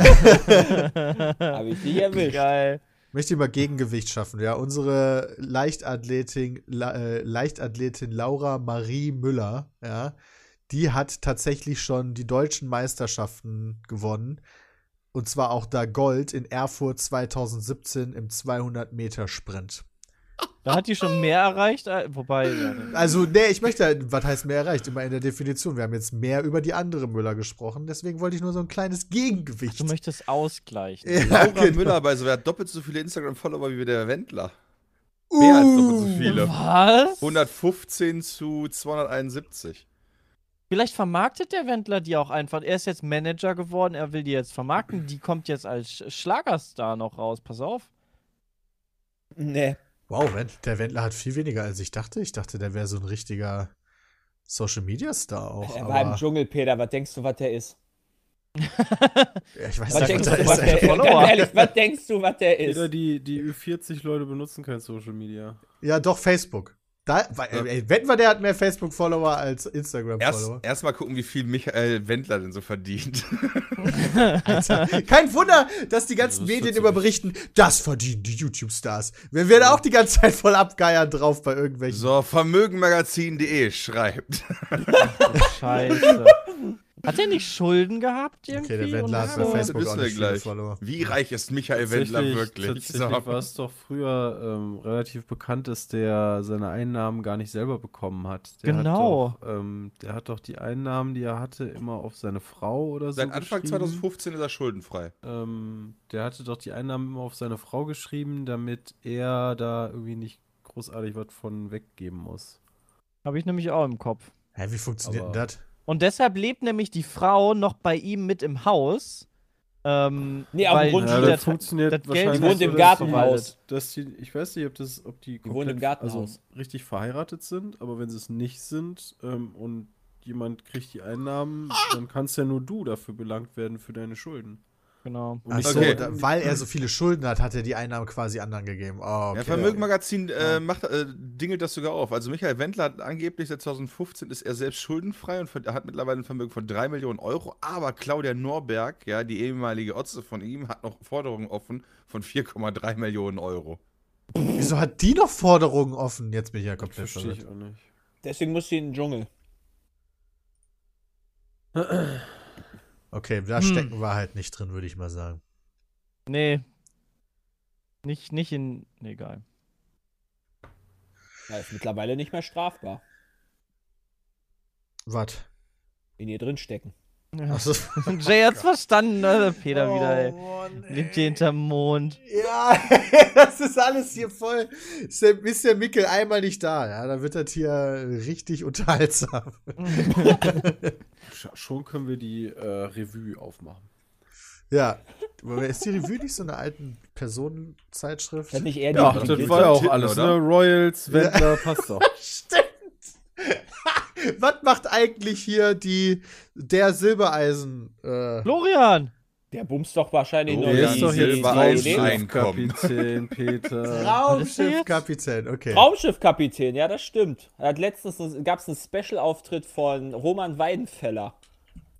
S2: Hab ich dich erwischt.
S4: Geil.
S1: Möchte ich mal Gegengewicht schaffen, ja. Unsere Leichtathletin, La, äh, Leichtathletin Laura Marie Müller, ja, die hat tatsächlich schon die deutschen Meisterschaften gewonnen. Und zwar auch da Gold in Erfurt 2017 im 200-Meter-Sprint.
S4: Da hat die schon mehr erreicht, äh, wobei. Ja, ne.
S1: Also, nee, ich möchte, halt- was heißt mehr erreicht? Immer in der Definition. Wir haben jetzt mehr über die andere Müller gesprochen, deswegen wollte ich nur so ein kleines Gegengewicht.
S4: Du möchtest ausgleichen.
S1: Ja,
S3: Also Laura
S1: genau.
S3: Müller bei so wer hat doppelt so viele Instagram-Follower wie der Wendler. Mehr als doppelt so
S1: Uh,
S3: viele.
S4: Was?
S3: 115 zu 271.
S4: Vielleicht vermarktet der Wendler die auch einfach. Er ist jetzt Manager geworden, er will die jetzt vermarkten. Die kommt jetzt als Sch- Schlagerstar noch raus. Pass auf.
S2: Nee.
S1: wow, Wend- der Wendler hat viel weniger als ich dachte. Ich dachte, der wäre so ein richtiger Social Media Star auch.
S2: Er war im
S1: aber
S2: Dschungel, Peter. Was denkst du, was der ist?
S1: ja, ich weiß
S2: Was
S1: nicht,
S2: denkst
S1: was
S2: du,
S1: da
S2: was
S1: ist. ey.
S2: der ist?
S4: Follower.
S2: Ganz ehrlich, was denkst du, was der
S5: Jeder,
S2: ist?
S5: die, die Ü40-Leute benutzen kein Social Media.
S1: Ja, doch, Facebook. Da, weil,
S3: Ja.
S1: ey, Wendler, der hat mehr Facebook-Follower als Instagram-Follower.
S3: Erst, erst mal gucken, wie viel Michael Wendler denn so verdient.
S1: Kein Wunder, dass die ganzen
S5: das
S1: Medien
S5: wird's
S1: über
S5: nicht.
S1: berichten, das verdienen die YouTube-Stars. Wir werden auch die ganze Zeit voll abgeiern drauf bei irgendwelchen.
S3: So, vermögenmagazin.de schreibt.
S4: Scheiße. Hat er nicht Schulden gehabt irgendwie?
S1: Okay, der
S4: und
S1: Wendler hat bei
S4: so?
S3: das
S1: Facebook auch
S3: wissen wir
S1: nicht viele
S3: Oh, gleich.
S1: Follower.
S3: Wie reich ist Michael Wendler wirklich?
S5: Tatsächlich war es doch früher ähm, relativ bekannt, dass der seine Einnahmen gar nicht selber bekommen hat. Der
S4: Genau.
S5: Hat doch, ähm, der hat doch die Einnahmen, die er hatte, immer auf seine Frau oder so.
S3: Seit Anfang
S5: geschrieben.
S3: 2015 ist er schuldenfrei.
S5: Ähm, der hatte doch die Einnahmen immer auf seine Frau geschrieben, damit er da irgendwie nicht großartig was von weggeben muss.
S4: Hab ich nämlich auch im Kopf.
S1: Hä, wie funktioniert
S5: Aber-
S1: denn das?
S4: Und deshalb lebt nämlich die Frau noch bei ihm mit im Haus. Ähm,
S2: Nee, auf dem
S4: weil
S2: Grundstück.
S4: die
S2: Ja,
S4: das- das Geld-
S2: Die wohnt
S5: so,
S2: im
S5: dass
S2: Gartenhaus.
S5: die- Dass die, ich weiß nicht, ob, das, ob die,
S2: wohnt im Gartenhaus.
S5: Also richtig verheiratet sind, aber wenn sie es nicht sind ähm, und jemand kriegt die Einnahmen, dann kannst ja nur du dafür belangt werden für deine Schulden.
S4: Genau.
S5: Und
S1: Ach
S5: nicht
S1: so,
S3: Okay.
S5: der-
S1: da, weil er so viele Schulden hat, hat er die Einnahmen quasi anderen gegeben. Oh, okay.
S3: Ja, Vermögenmagazin äh, macht, äh, dingelt das sogar auf. Also Michael Wendler hat angeblich seit 2015 ist er selbst schuldenfrei und ver- hat mittlerweile ein Vermögen von 3 Millionen Euro. Aber Claudia Norberg, ja, die ehemalige Otze von ihm, hat noch Forderungen offen von 4,3 Millionen Euro.
S1: Wieso hat die noch Forderungen offen? Jetzt bin ich ja komplett
S5: Verstehe ich
S1: verwirrt.
S5: auch nicht.
S2: Deswegen muss sie in den Dschungel.
S1: Okay, da
S4: Hm.
S1: stecken wir halt nicht drin, würde ich mal sagen.
S4: Nee. Nicht, nicht in. Nee, egal.
S2: Das ist mittlerweile nicht mehr strafbar.
S1: Was?
S2: In ihr drinstecken.
S1: Achso.
S4: Jay hat's verstanden, ne? Peter
S1: Oh,
S4: wieder, ey. Lebt hier hinterm Mond.
S1: Ja, das ist alles hier voll. Ist der, ist der Mickel einmal nicht da, ja, dann wird das hier richtig unterhaltsam.
S5: Sch- Schon können wir die äh, Revue aufmachen.
S1: Ja. Aber ist die Revue nicht so eine alten
S2: Ist das
S1: Personenzeitschrift?
S2: nicht eher die
S5: Ja,
S3: das
S5: das,
S3: geht
S5: war
S3: ja
S5: ja auch
S3: Titten,
S5: alles,
S3: oder?
S5: ne? Royals, Wendler, passt doch.
S1: Stimmt. Was macht eigentlich hier die der Silbereisen? Äh,
S4: Florian!
S2: Der bumst doch wahrscheinlich
S3: Oh,
S2: nur
S3: der
S2: die-
S3: ist doch
S2: die-
S3: jetzt
S2: die-
S3: draußen.
S2: die-
S3: Nein.
S5: Kapitän Peter.
S1: Raumschiff-Kapitän, okay.
S2: Raumschiffkapitän, ja, das stimmt. Er hat letztens gab es einen Special-Auftritt von Roman Weidenfeller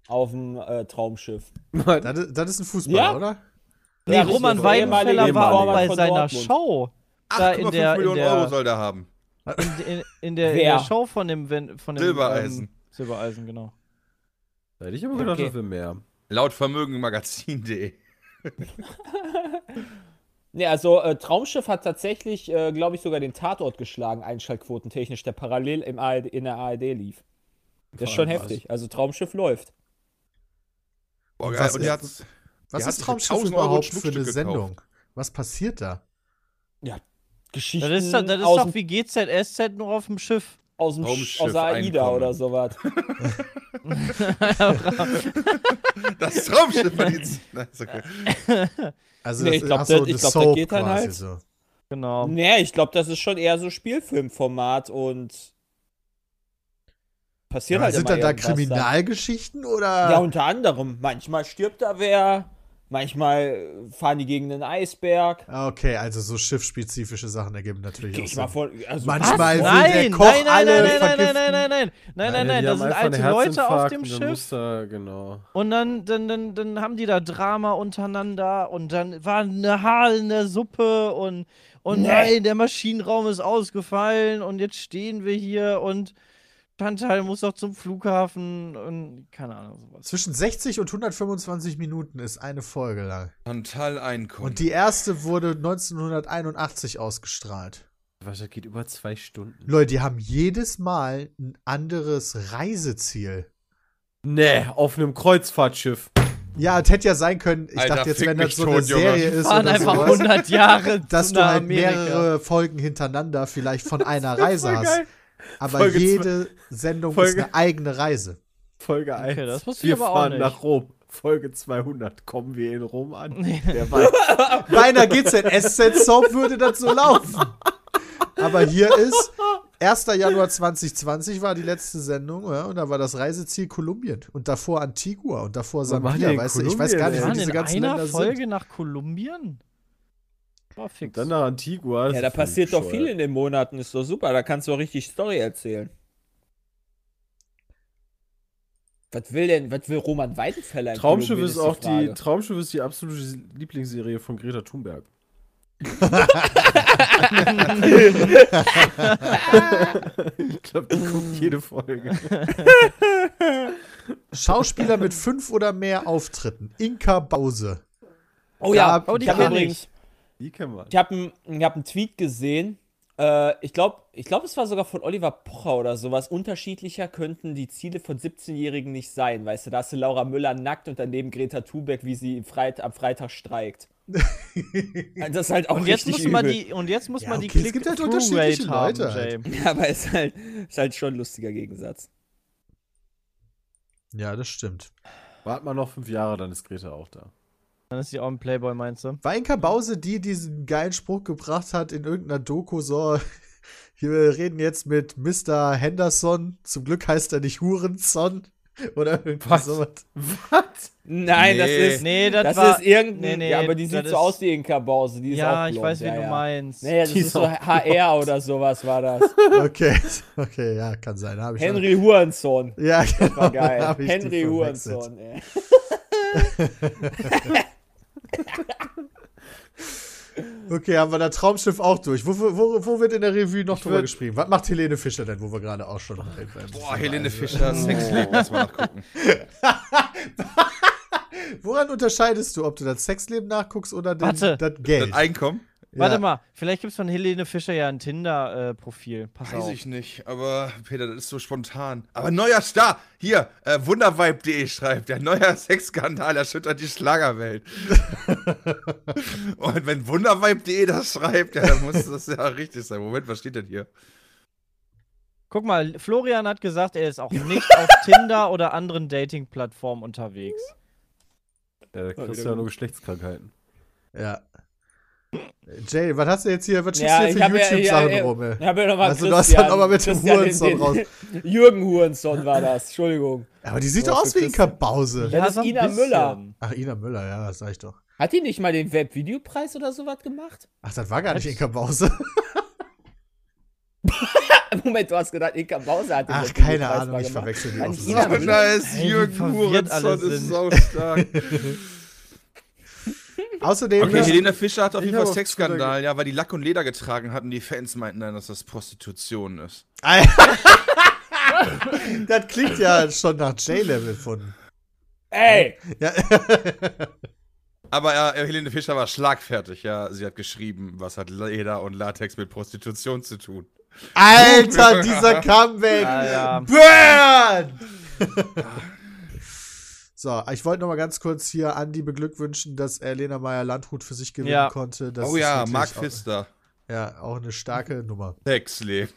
S2: auf dem äh, Traumschiff.
S1: das, ist- das ist ein Fußballer,
S2: Ja.
S1: oder?
S4: Nee,
S2: Ja,
S4: Roman
S2: richtig, der
S4: Weidenfeller
S2: ehemalige
S4: war auch
S2: Torwart
S4: bei
S2: von
S4: seiner
S2: Dortmund.
S4: Show. Da
S3: 8,5
S4: in der, in
S3: Millionen Euro
S4: der,
S3: soll der haben.
S4: in, in, in der, in
S2: Wer?
S4: der Show von dem, wenn- von dem
S3: Silbereisen.
S4: Ähm, Silbereisen, genau.
S5: Da hätte ich aber gedacht,
S2: Okay.
S5: das wäre mehr.
S3: Laut Vermögenmagazin.de.
S2: Ne, also äh, Traumschiff hat tatsächlich, äh, glaube ich, sogar den Tatort geschlagen, einschaltquotentechnisch, der parallel im ARD, in der ARD lief. Das ist schon
S5: Boah, was.
S2: heftig. Also Traumschiff läuft.
S3: Boah,
S1: Und
S3: geil.
S1: was
S3: Und
S1: ist-
S3: die hat's.
S1: Was
S3: Der hat
S1: ist
S3: sich
S1: Traumschiff
S3: 1000 Euro
S1: überhaupt für eine
S3: Schmuckstück
S1: Sendung? Was passiert da?
S2: Geschichten
S4: Das ist, doch- das ist
S2: aus,
S4: doch wie GZSZ nur auf dem Schiff.
S2: aus, dem Sch-
S3: Raumschiff
S2: aus der AIDA
S3: Einkommen.
S2: oder sowas.
S3: Das Traumschiff verdient. Nein, ist okay.
S1: Also,
S2: Nee,
S1: das
S2: ich
S1: ist-
S2: glaub,
S1: ach so,
S2: das- ich
S1: eine
S2: glaub, das
S1: Soap
S2: geht dann
S1: quasi
S2: halt.
S1: so.
S4: Genau.
S2: Nee, Ne, ich glaube, das ist schon eher so Spielfilmformat und passiert
S1: Aber
S2: halt
S1: sind
S2: immer
S1: dann da
S2: irgendwas
S1: Kriminalgeschichten
S2: dann.
S1: oder?
S2: Ja, unter anderem. Manchmal stirbt da wer, manchmal fahren die gegen einen Eisberg.
S1: Ah, okay, also so schiffspezifische Sachen ergeben natürlich.
S2: Geh
S1: auch
S2: ich
S1: Sinn.
S2: mal von. Also
S1: Manchmal will der
S4: Nein, nein,
S1: Koch
S4: nein, nein,
S1: alle
S4: nein, nein, nein,
S1: vergiften.
S4: nein, nein, nein, nein, nein, nein,
S5: die
S4: da
S5: haben
S4: sind
S5: einfach einen
S4: alte Leute auf
S5: Herzinfarkt
S4: dem
S5: und dann
S4: Schiff
S5: muss da- genau.
S4: und dann, dann, dann, dann haben die da Drama untereinander und dann war eine Haar in der Suppe und, und
S2: Nee.
S4: nein, der Maschinenraum ist ausgefallen und jetzt stehen wir hier und Chantal muss doch zum Flughafen und keine Ahnung sowas.
S1: Zwischen 60 und 125 Minuten ist eine Folge lang.
S3: Chantal
S2: Oh
S3: Einkommen.
S1: Und die erste wurde 1981 ausgestrahlt.
S5: Was, das geht über zwei Stunden.
S1: Leute, die haben jedes Mal ein anderes Reiseziel.
S5: Nee, auf einem Kreuzfahrtschiff.
S1: Ja, es hätte ja sein können, ich
S3: Alter,
S1: dachte jetzt,
S3: fick
S1: wenn das
S3: mich
S1: so eine
S3: tot, Junge.
S1: Serie ist
S4: Waren
S1: oder
S4: einfach
S1: sowas,
S4: 100 Jahre
S1: dass
S4: zu
S1: du halt
S4: Amerika.
S1: mehrere Folgen hintereinander vielleicht von einer
S5: Voll
S1: Reise hast.
S5: geil.
S1: Aber
S5: Folge zwei-
S1: jede Sendung ist
S5: Folge-
S1: eine eigene Reise.
S5: Folge 1.
S4: Okay, das wusste ich
S5: wir
S4: aber auch
S5: fahren
S4: nicht.
S5: nach Rom. Folge 200. Kommen wir in Rom an? Wer weiß.
S1: Bei einer GZSZ-Soap würde das so laufen. Aber hier ist 1. Januar 2020 war die letzte Sendung ja, und da war das Reiseziel Kolumbien und davor Antigua und davor
S5: Wo waren die
S1: Sambia.
S5: in
S1: Weißt du, ich weiß gar
S5: Kolumbien,
S1: nicht,
S4: Wir
S1: wo
S4: waren
S5: ey?
S4: in
S1: diese ganzen
S4: einer
S1: Länder
S4: Folge
S1: sind.
S4: nach Kolumbien. War fix.
S5: Dann nach Antigua. das
S2: Ja,
S5: ist
S2: da
S5: völlig
S2: passiert doch viel
S5: bescheuert.
S2: in den Monaten, ist doch super, da kannst du auch richtig Story erzählen. Was will denn, was will Roman Weidenfeller? in
S5: Traumschiff
S2: Kolumbien,
S5: ist auch die,
S2: Frage.
S5: Traumschiff ist die absolute Lieblingsserie von Greta Thunberg. ich glaube, die guckt jede Folge.
S1: Schauspieler mit fünf oder mehr Auftritten. Inka Bause.
S2: Oh ja,
S1: Ja,
S4: oh, die
S2: ich habe
S4: kenn ich.
S2: übrigens,
S5: Die kennen wir.
S2: ich habe einen ich hab einen Tweet gesehen. Äh, ich glaube, ich glaub, es war sogar von Oliver Pocher oder sowas. Unterschiedlicher könnten die Ziele von 17-Jährigen nicht sein. Weißt du, da hast du Laura Müller nackt und daneben Greta Thunberg, wie sie Freit am Freitag streikt. Also das ist halt auch
S4: und, jetzt
S2: richtig
S4: muss man
S2: übel.
S4: die, und jetzt muss
S1: Ja,
S4: man die
S1: okay, es gibt halt unterschiedliche
S4: Click-Through-Rate haben,
S1: Leute halt.
S4: Jay.
S2: Ja, aber ist halt, ist halt schon ein lustiger Gegensatz.
S1: Ja, das stimmt.
S5: Wart mal noch fünf Jahre, dann ist Greta auch da.
S4: Dann ist die auch ein Playboy, meinst du?
S1: War Inka Bause die, die diesen geilen Spruch gebracht hat in irgendeiner Doku, so, wir reden jetzt mit Mr. Henderson, zum Glück heißt er nicht Hurenson oder irgendwas
S5: Was?
S1: sowas.
S5: Was?
S2: Nein, das
S3: Nee.
S2: ist.
S4: Nee,
S2: Das,
S4: war.
S2: ist irgendein.
S4: nee, nee,
S2: ja, aber die
S4: das
S2: sieht
S4: ist-
S2: so aus wie Inka Bause. Die ist
S4: ja,
S2: auch
S4: ich
S2: blond,
S4: weiß, wen
S2: ja,
S4: du
S2: ja.
S4: meinst.
S2: Nee, das
S5: Die
S2: ist,
S5: ist
S2: so
S5: auch
S2: HR oder sowas war das.
S1: Okay, okay, ja, kann sein. Hab ich
S2: Henry Hurensohn.
S1: schon- ja, genau,
S2: War geil.
S1: hab ich die
S2: Henry
S1: verwechselt.
S2: Hurensohn, ey.
S1: Okay, haben wir da Traumschiff auch durch. Wo, wo, wo wird in der Revue noch drüber
S5: würd-
S1: geschrieben? Was macht Helene Fischer denn, wo wir gerade auch schon reden?
S3: Boah, Helene
S1: Also, äh,
S3: Fischer, Sexleben, lass mal nachgucken.
S1: Woran unterscheidest du, ob du das Sexleben nachguckst oder den,
S4: Warte.
S1: das Geld?
S3: Das Einkommen?
S4: Warte
S1: Ja.
S4: mal, vielleicht gibt es von Helene Fischer ja ein Tinder-Profil. Pass
S3: Weiß
S4: auf.
S3: ich nicht, aber Peter, das ist so spontan. Aber
S1: Äh.
S3: neuer Star, hier, äh, wundervibe.de schreibt, der neuer Sexskandal erschüttert die Schlagerwelt. Und wenn wundervibe.de das schreibt, ja, dann muss das ja richtig sein. Moment, was steht denn hier?
S4: Guck mal, Florian hat gesagt, er ist auch nicht auf Tinder oder anderen Dating-Plattformen unterwegs.
S5: Ja, genau. da kriegst du ja nur Geschlechtskrankheiten.
S1: Ja. Jay, was hast du jetzt hier? Was schickst
S2: Ja,
S1: du
S2: ich
S1: hier
S2: hab
S1: für
S2: ja- äh,
S1: YouTube-Sachen
S2: ja, ja,
S1: rum? um, ey?
S2: Ich hab ja nochmal
S1: Also, du hast dann noch mal mit dem Hurensohn raus.
S2: Jürgen Hurensohn war das, Entschuldigung.
S1: Aber die sieht
S2: Ja,
S1: doch aus
S2: für
S1: wie ein
S2: Christian.
S1: Kabause.
S2: Ja, das
S4: so
S2: ist
S4: ein
S2: Ina Müller.
S4: bisschen.
S1: Ach, Ina Müller, ja, das sag ich doch.
S2: Hat die nicht mal den Webvideopreis oder sowas gemacht?
S1: Ach, das war gar nicht Inka Bause.
S2: Moment, du hast gedacht, Inka Bause hat den
S1: Ach,
S2: Webvideopreis
S1: keine Ahnung,
S2: mal
S1: ich
S2: gemacht.
S1: verwechsel die
S2: Mann,
S1: auch so.
S2: Ina
S3: Oh,
S2: Müller.
S3: nice,
S4: Ey, wie
S3: Jürgen
S4: verwirrt alle
S3: Murenson ist
S4: sind.
S3: saustark.
S1: Außerdem,
S3: Okay, Helena Fischer hat auf
S5: Ich
S3: jeden Fall
S5: hab auch Twitter
S3: Sexskandal, ja, weil die Lack und Leder getragen hat und die Fans meinten dann, dass das Prostitution ist.
S1: das klingt ja schon nach J-Level von.
S2: Ey,
S1: Ja.
S3: Aber äh, Helene Fischer war schlagfertig, ja. Sie hat geschrieben, was hat Leder und Latex mit Prostitution zu tun.
S1: Alter, dieser Comeback!
S4: Alter.
S1: Burn! so, ich wollte noch mal ganz kurz hier Andi beglückwünschen, dass er Lena Meyer Landrut für sich gewinnen
S4: Ja.
S1: konnte. Das
S3: oh
S1: ist
S3: ja,
S1: natürlich
S3: Mark
S1: auch-
S3: Pfister.
S1: Ja, auch eine
S5: Mhm.
S1: starke Nummer.
S3: Sexleben.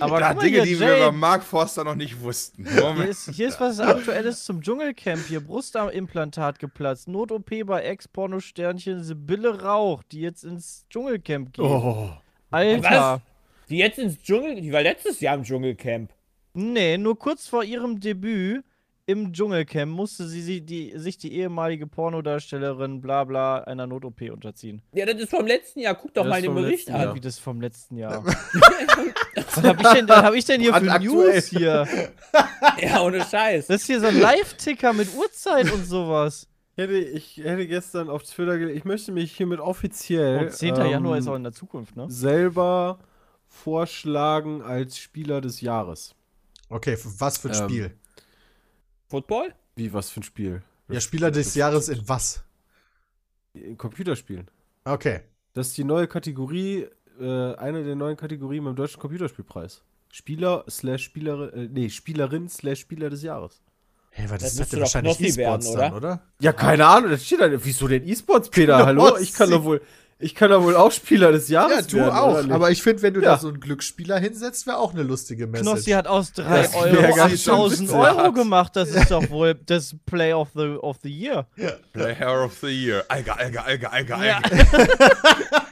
S4: Aber
S3: Da
S4: guck mal
S3: Dinge,
S4: hier,
S3: die wir
S4: Jane.
S3: über Mark Forster noch nicht wussten.
S4: Hier
S3: Moment.
S4: ist, hier ist was Aktuelles zum Dschungelcamp. Hier Brustimplantat geplatzt. Not-OP bei Ex-Porno-Sternchen Sibylle Rauch, die jetzt ins Dschungelcamp geht.
S3: Oh.
S4: Alter.
S2: die jetzt ins Dschungel, die war letztes Jahr im Dschungelcamp.
S4: Nee, nur kurz vor ihrem Debüt im Dschungelcamp musste sie, sie die, sich die ehemalige Pornodarstellerin bla bla einer Not-OP unterziehen.
S2: Ja, das ist vom letzten Jahr. Guck doch
S5: Das
S2: mal
S5: ist
S2: den
S5: vom
S2: Bericht
S5: letzten
S2: an.
S5: Ja. Jahr.
S4: Wie das vom letzten Jahr. Was hab ich denn, was hab ich denn hier für
S3: Brandaktuell.
S4: News hier?
S2: Ja, ohne Scheiß.
S4: Das ist hier so ein Live-Ticker mit Uhrzeit und sowas.
S5: Ich hätte, ich hätte gestern auf Twitter gelesen, ich möchte mich hiermit offiziell
S4: Und 10.
S5: ähm,
S4: Januar ist auch in der Zukunft, ne?
S5: selber vorschlagen als Spieler des Jahres.
S1: Okay, f- was für ein
S5: Ähm,
S1: Spiel?
S2: Football?
S5: Wie, was für ein Spiel?
S1: Ja, Spieler des Jahres in was?
S5: In Computerspielen.
S1: Okay.
S5: Das ist die neue Kategorie, äh, eine der neuen Kategorien beim Deutschen Computerspielpreis. Spieler slash Spielerin, äh, nee, Spielerin slash Spieler des Jahres.
S1: Hey, weil
S2: Das
S1: das hat
S2: müsste
S1: ja
S2: doch
S1: wahrscheinlich
S2: Knossi werden,
S1: E-Sports dann, oder?
S5: Ja, keine Ahnung, das steht da. Wieso denn E-Sports, Peter? Hallo? Ich kann doch wohl, ich kann doch wohl auch Spieler des
S1: Ja,
S5: Jahres
S1: du
S5: werden,
S1: auch.
S5: oder nicht?
S1: Aber ich finde, wenn du
S5: Ja.
S1: da so einen Glücksspieler hinsetzt, wäre auch eine lustige Message.
S4: Knossi hat aus 3
S5: Das wär
S4: Euro
S5: ganz schön
S4: 8000
S5: witzig.
S4: Euro gemacht. Das ist doch wohl das Play of the, of the Year.
S3: Player of the Year. Alga, Alga, Alga, Alga,
S4: Ja.
S3: Alga.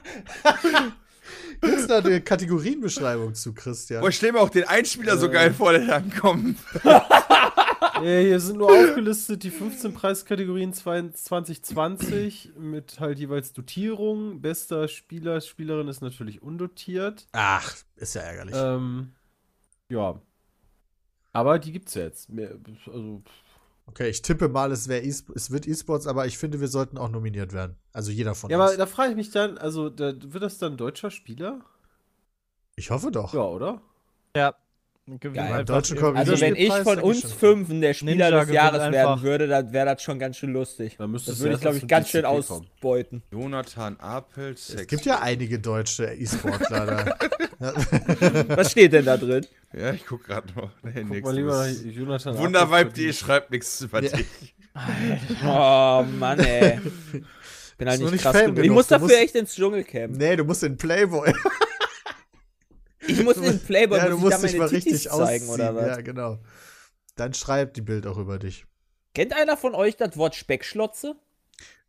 S1: Gibt's da eine Kategorienbeschreibung zu, Christian?
S3: Boah, Oh, ich stelle mir auch den Einspieler so geil vor, der dann kommt.
S5: Ja, Äh, hier sind nur aufgelistet die 15 Preiskategorien 2020 mit halt jeweils Dotierung. Bester Spieler, Spielerin ist natürlich undotiert.
S1: Ach, ist ja ärgerlich.
S5: Ähm, ja. Aber die gibt's ja jetzt. Mehr, also,
S1: Okay, ich tippe mal, es, wär e es wird E-Sports, aber ich finde, wir sollten auch nominiert werden. Also jeder von
S5: ja,
S1: uns.
S5: aber da frage ich mich dann, also da, wird das dann deutscher Spieler?
S1: ich hoffe doch.
S5: Ja, oder?
S4: Ja. Gewinn
S2: Geil.
S4: einfach
S1: Deutsche
S4: irgendwie.
S1: Comedy.
S2: Also, wenn ich
S1: Preis
S2: von
S1: eigentlich
S2: uns
S1: schon.
S2: fünfen der Spieler
S4: Ninja
S2: des Jahres
S4: gewinnt
S2: werden
S4: einfach.
S2: würde, dann wäre das schon ganz schön lustig.
S5: Dann müsstest
S2: Das
S5: du
S2: würde ich,
S5: erst
S2: glaube
S5: aus
S2: ich,
S5: dem
S2: ganz schön
S5: DCP kommen.
S2: ausbeuten.
S3: Jonathan Apel, Sex.
S1: Es gibt ja einige deutsche E-Sportler da.
S2: Was steht denn da drin?
S3: Ja, ich guck gerade noch. Nee,
S5: Guck
S3: nix,
S5: mal
S3: du
S5: lieber
S3: bist-
S5: Jonathan.
S3: Wundervibe.de schreibt nichts über
S1: Ja.
S3: dich.
S2: Oh, Mann,
S1: Ist
S2: ey. Bin halt
S1: noch
S2: nicht
S1: nicht
S2: krass
S1: Fan
S2: genug. Ich
S1: genug.
S2: muss
S1: Du
S2: dafür
S1: musst-
S2: echt ins Dschungelcamp.
S1: nee, du musst in Playboy.
S2: Ich muss in Playboy,
S1: ja, du
S2: muss
S1: musst
S2: ich da
S1: dich
S2: meine
S1: mal
S2: Titis
S1: richtig
S2: zeigen
S1: auszeigen
S2: oder was?
S1: Ja, genau. Dann schreibt die Bild auch über dich.
S2: Kennt einer von euch das Wort Speckschlotze?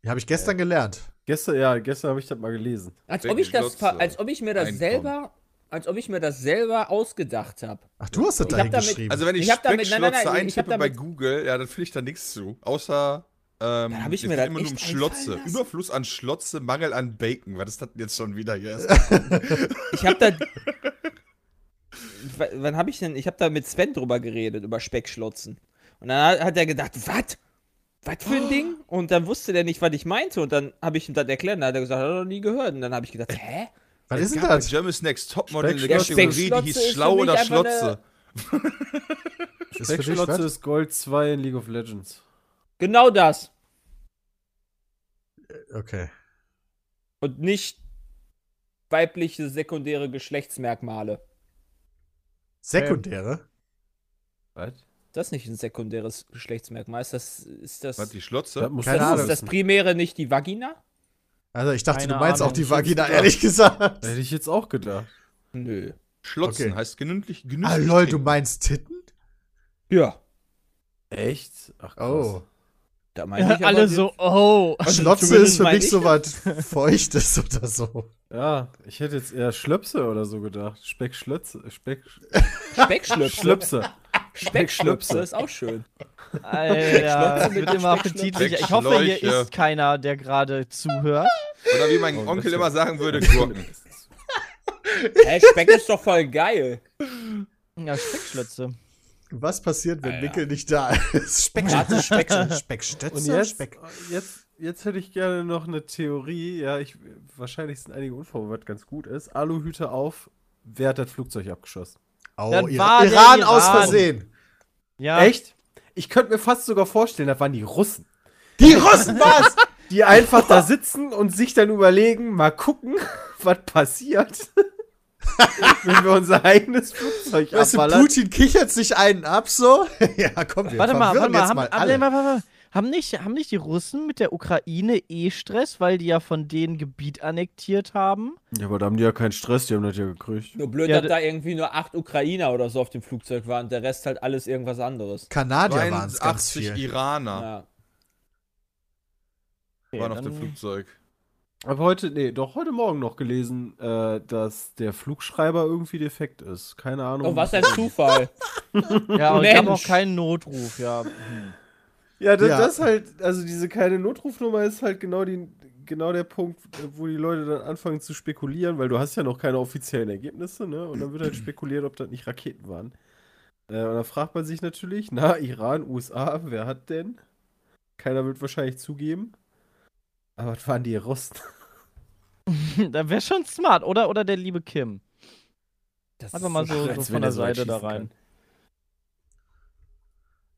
S1: Ja, Habe ich gestern gelernt.
S5: Gestern, ja, gestern habe ich das mal gelesen.
S2: Als ob ich das, ver-
S3: Speckschlotze.
S2: als ob ich mir das
S3: Einkommen.
S2: selber, als ob ich mir das selber ausgedacht habe.
S1: Ach, du hast das da
S2: hab damit-
S1: hingeschrieben.
S3: Also wenn ich,
S2: Ich hab damit-
S3: Speckschlotze
S2: nein, nein, nein, ich
S3: eintippe
S2: hab
S3: bei
S2: damit-
S3: Google, ja, dann finde ich da nichts zu. Außer, ähm,
S2: hab ich
S3: es
S2: mir
S3: geht
S2: das
S3: immer nur
S2: echt
S3: um Schlotze.
S2: einfallen lassen.
S3: Überfluss an Schlotze, Mangel an Bacon. Was ist das denn jetzt schon wieder hier?
S2: Ich habe da. W- Wann habe ich denn? Ich habe da mit Sven drüber geredet, über Speckschlotzen. Und dann hat er gedacht, was? Was für ein Ding? Und dann wusste der nicht, was ich meinte. Und dann habe ich ihm das erklärt. Und dann hat er gesagt, hat er noch nie gehört. Und dann habe ich gedacht, hä?
S1: Was
S3: Es
S1: ist denn
S3: gab bei
S1: das?
S3: Germany's Next Topmodel eine
S5: Speckschlotze.
S3: Kategorie, die
S2: Speckschlotze ist
S3: hieß
S2: für
S3: Schlau
S2: mich
S3: oder
S2: einfach
S3: Schlotze.
S1: Ist für dich
S5: Sexschlotze
S1: was?
S5: ist Gold 2 in League of Legends.
S2: Genau das.
S1: Okay.
S2: Und nicht weibliche sekundäre Geschlechtsmerkmale.
S1: Sekundäre?
S5: Was?
S2: Ist das nicht ein sekundäres Geschlechtsmerkmal? Ist das, ist das,
S3: Was, die
S2: ist
S3: Schlotze?
S5: muss
S1: Keine
S5: man
S1: Ahnung.
S5: wissen.
S2: das Primäre nicht die Vagina?
S1: Also ich dachte,
S4: Keine
S1: du meinst
S4: Ahnung,
S1: auch die
S4: ich
S1: Vagina, ehrlich gesagt.
S5: Hätte ich jetzt auch gedacht.
S2: Nö.
S3: Schlotzen
S1: Okay.
S3: heißt genündlich genüsslich.
S1: Ah, lol, du
S3: trinken.
S1: meinst Titten?
S2: Ja.
S5: Echt? Ach
S1: Oh.
S2: Da meine ich aber
S4: Alle
S2: den-
S4: so, oh.
S2: Also
S1: Schlotze
S2: zumindest
S1: ist für
S2: mein
S1: mich
S2: ich
S1: so was Feuchtes oder so.
S5: Ja, ich hätte jetzt eher Schlöpse oder so gedacht. Speckschlötze. Speck,
S2: Speckschlöpse.
S5: Schlöpse.
S2: Speckschnöpse ist auch schön.
S4: Alter, mit dem Appetit.
S3: Schleck,
S4: Ich hoffe, hier
S3: Schläuche.
S4: isst keiner, der gerade zuhört.
S3: Oder wie mein
S5: Oh, das
S3: Onkel
S5: wär-
S3: immer sagen würde, Gurken.
S2: Hä, Speck ist doch voll geil.
S4: Ja, Speckschlötze.
S1: Was passiert, wenn
S2: Alter.
S1: Nickel nicht da ist? Speckstötze, Speckstötze, Speckstötze,
S5: Und jetzt,
S1: Speck.
S5: jetzt, jetzt hätte ich gerne noch eine Theorie. Ja, ich, wahrscheinlich sind einige unvorbereitet ganz gut ist. Aluhüte auf. Wer hat das Flugzeug abgeschossen?
S1: Oh,
S4: Dann
S1: Ira-
S4: war der
S1: Iran aus
S4: Iran.
S1: Versehen.
S4: Ja,
S5: Echt? Ich könnte mir fast sogar vorstellen, das waren die Russen.
S1: Die Russen war's!
S5: Die einfach da sitzen und sich dann überlegen, mal gucken, was passiert, wenn wir unser eigenes Flugzeug
S1: Weißt du,
S5: abballern.
S1: Putin kichert sich einen ab so. ja, komm, wir
S4: warte mal, warte
S1: verwirren
S4: mal.
S1: jetzt
S4: Haben,
S1: mal
S4: haben, nee,
S1: alle.
S4: warte, warte, haben, nicht, haben nicht die Russen mit der Ukraine eh Stress, weil die ja von denen Gebiet annektiert haben?
S5: Ja, aber da haben die ja keinen Stress, die haben das ja gekriegt.
S2: Nur blöd,
S4: Ja,
S2: dass da irgendwie nur acht Ukrainer oder so auf dem Flugzeug waren und der Rest halt alles irgendwas anderes.
S1: Kanadier waren es ganz
S3: 82
S1: viel.
S3: Iraner
S2: Ja.
S4: Okay,
S3: waren auf dem
S4: dann-
S3: Flugzeug.
S5: Aber heute, nee, doch heute Morgen noch gelesen, äh, dass der Flugschreiber irgendwie defekt ist. Keine Ahnung.
S2: Doch, Oh, was ein Zufall.
S4: Ja, und die haben auch
S2: Mensch.
S4: keinen Notruf, ja.
S5: Ja, das,
S1: Ja.
S5: das halt, also diese keine Notrufnummer ist halt genau, die, genau der Punkt, äh, wo die Leute dann anfangen zu spekulieren, weil du hast ja noch keine offiziellen Ergebnisse, ne? Und dann wird halt spekuliert, ob das nicht Raketen waren. Äh, und dann fragt man sich natürlich, na, Iran, USA, wer hat denn? Keiner wird wahrscheinlich zugeben. Aber das waren die Russen.
S4: da wäre schon smart, oder? Oder der liebe Kim.
S2: Das
S4: Einfach mal so, so
S5: als
S4: von
S5: wenn
S4: der
S5: er so
S4: Seite da
S5: schießen
S4: rein.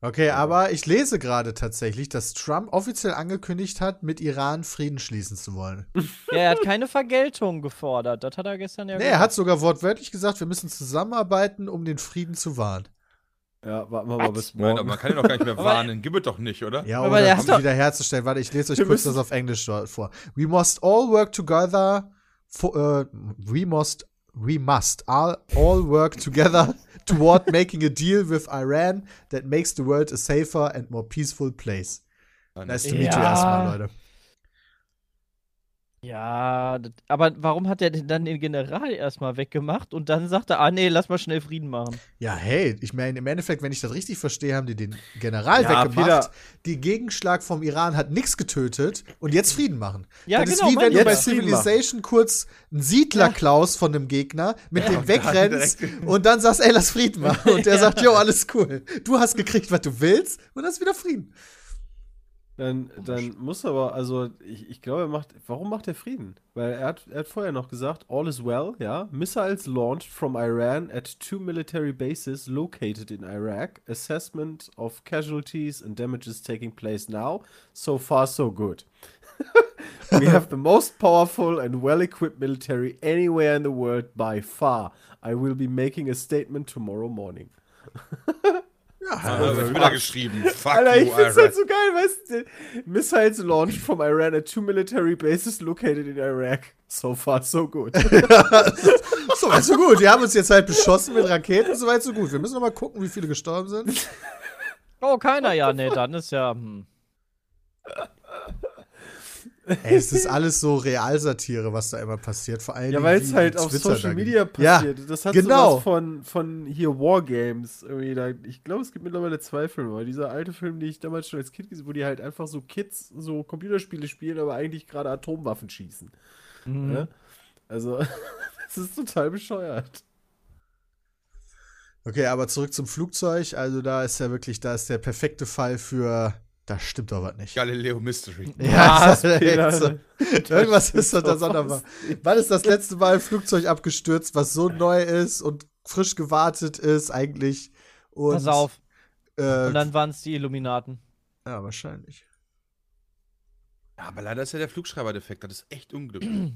S1: Okay, aber ich lese gerade tatsächlich, dass Trump offiziell angekündigt hat, mit Iran Frieden schließen zu wollen.
S4: Ja, er hat keine Vergeltung gefordert. Das hat er gestern ja
S1: Nee, er hat sogar wortwörtlich gesagt, wir müssen zusammenarbeiten, um den Frieden zu wahren.
S5: Ja, warten wir mal bis morgen.
S3: Nein, aber man kann ihn doch gar nicht mehr warnen. Gib es doch nicht, oder?
S1: Ja,
S4: Aber
S1: um
S4: der
S1: das
S4: hat doch-
S1: wiederherzustellen. Warte, ich lese euch
S5: Wir
S1: kurz
S5: müssen-
S1: das auf Englisch so- vor. We must all work together. For, äh, we must, we must all, all work together toward making a deal with Iran that makes the world a safer and more peaceful place.
S3: Nein,
S1: Nice to
S3: nein.
S1: meet you
S4: Ja.
S1: erstmal, Leute.
S4: Ja, das- aber warum hat er denn dann den General erstmal weggemacht und dann sagt er, ah nee, lass mal schnell Frieden machen.
S1: Ja, hey, ich meine, im Endeffekt, wenn ich das richtig verstehe, haben die den General
S5: Ja,
S1: weggemacht.
S5: Peter.
S1: Die Gegenschlag vom Iran hat nichts getötet und jetzt Frieden machen.
S4: Ja,
S1: das
S4: genau,
S1: ist wie
S4: meine
S1: wenn
S4: ich
S1: du bei
S4: ja.
S5: Frieden machen.
S1: Civilization kurz einen Siedler klaus von dem Gegner, mit dem wegrennst und dann sagst, ey, lass Frieden machen. Und der sagt, jo, alles cool. Du hast gekriegt, was du willst und hast wieder Frieden.
S5: Dann, dann muss aber, also ich, ich glaube, er macht, warum macht er Frieden? Weil er hat, er hat vorher noch gesagt, all is well, ja. Missiles launched from Iran at two military bases located in Iraq. Assessment of casualties and damages taking place now. So far, so good. We have the most powerful and well-equipped military anywhere in the world by far. I will be making a statement tomorrow morning.
S3: Also, Da wird wieder geschrieben. Fuck
S5: Alter, ich
S3: you,
S5: find's
S3: Iran.
S5: halt so geil, weißt du? Missiles launched from Iran at two military bases located in Iraq. So far, so good.
S1: So weit, so gut. Die haben uns jetzt halt beschossen mit Raketen, so weit, so gut. Wir müssen noch mal gucken, wie viele gestorben sind.
S4: Oh, keiner, ja, nee, dann ist ja. Hm.
S1: Ey, es ist alles so Realsatire, was da immer passiert. Vor allem
S5: ja, weil es halt auf Social Media passiert. das hat
S1: genau.
S5: sowas von, von hier Wargames. Irgendwie da, ich glaube, es gibt mittlerweile zwei Filme. aber Dieser alte Film, den ich damals schon als Kind gesehen habe, wo die halt einfach so Kids so Computerspiele spielen, aber eigentlich gerade Atomwaffen schießen.
S4: Mhm.
S5: Ne? Also, das ist total bescheuert.
S1: Okay, aber zurück zum Flugzeug. Also da ist ja wirklich, da ist der perfekte Fall für, da stimmt doch was nicht.
S3: Galileo Mystery.
S1: Ja, das ist halt
S5: Peter.
S1: echt so. Irgendwas ist doch da
S5: doch was
S1: sonderbar. Wann ist das letzte Mal ein Flugzeug abgestürzt, was so neu ist und frisch gewartet ist eigentlich? Und,
S4: Pass auf.
S1: Äh,
S4: Und dann waren es die Illuminaten.
S1: ja, wahrscheinlich.
S3: Ja, aber leider ist ja der Flugschreiber defekt. Das ist echt unglücklich.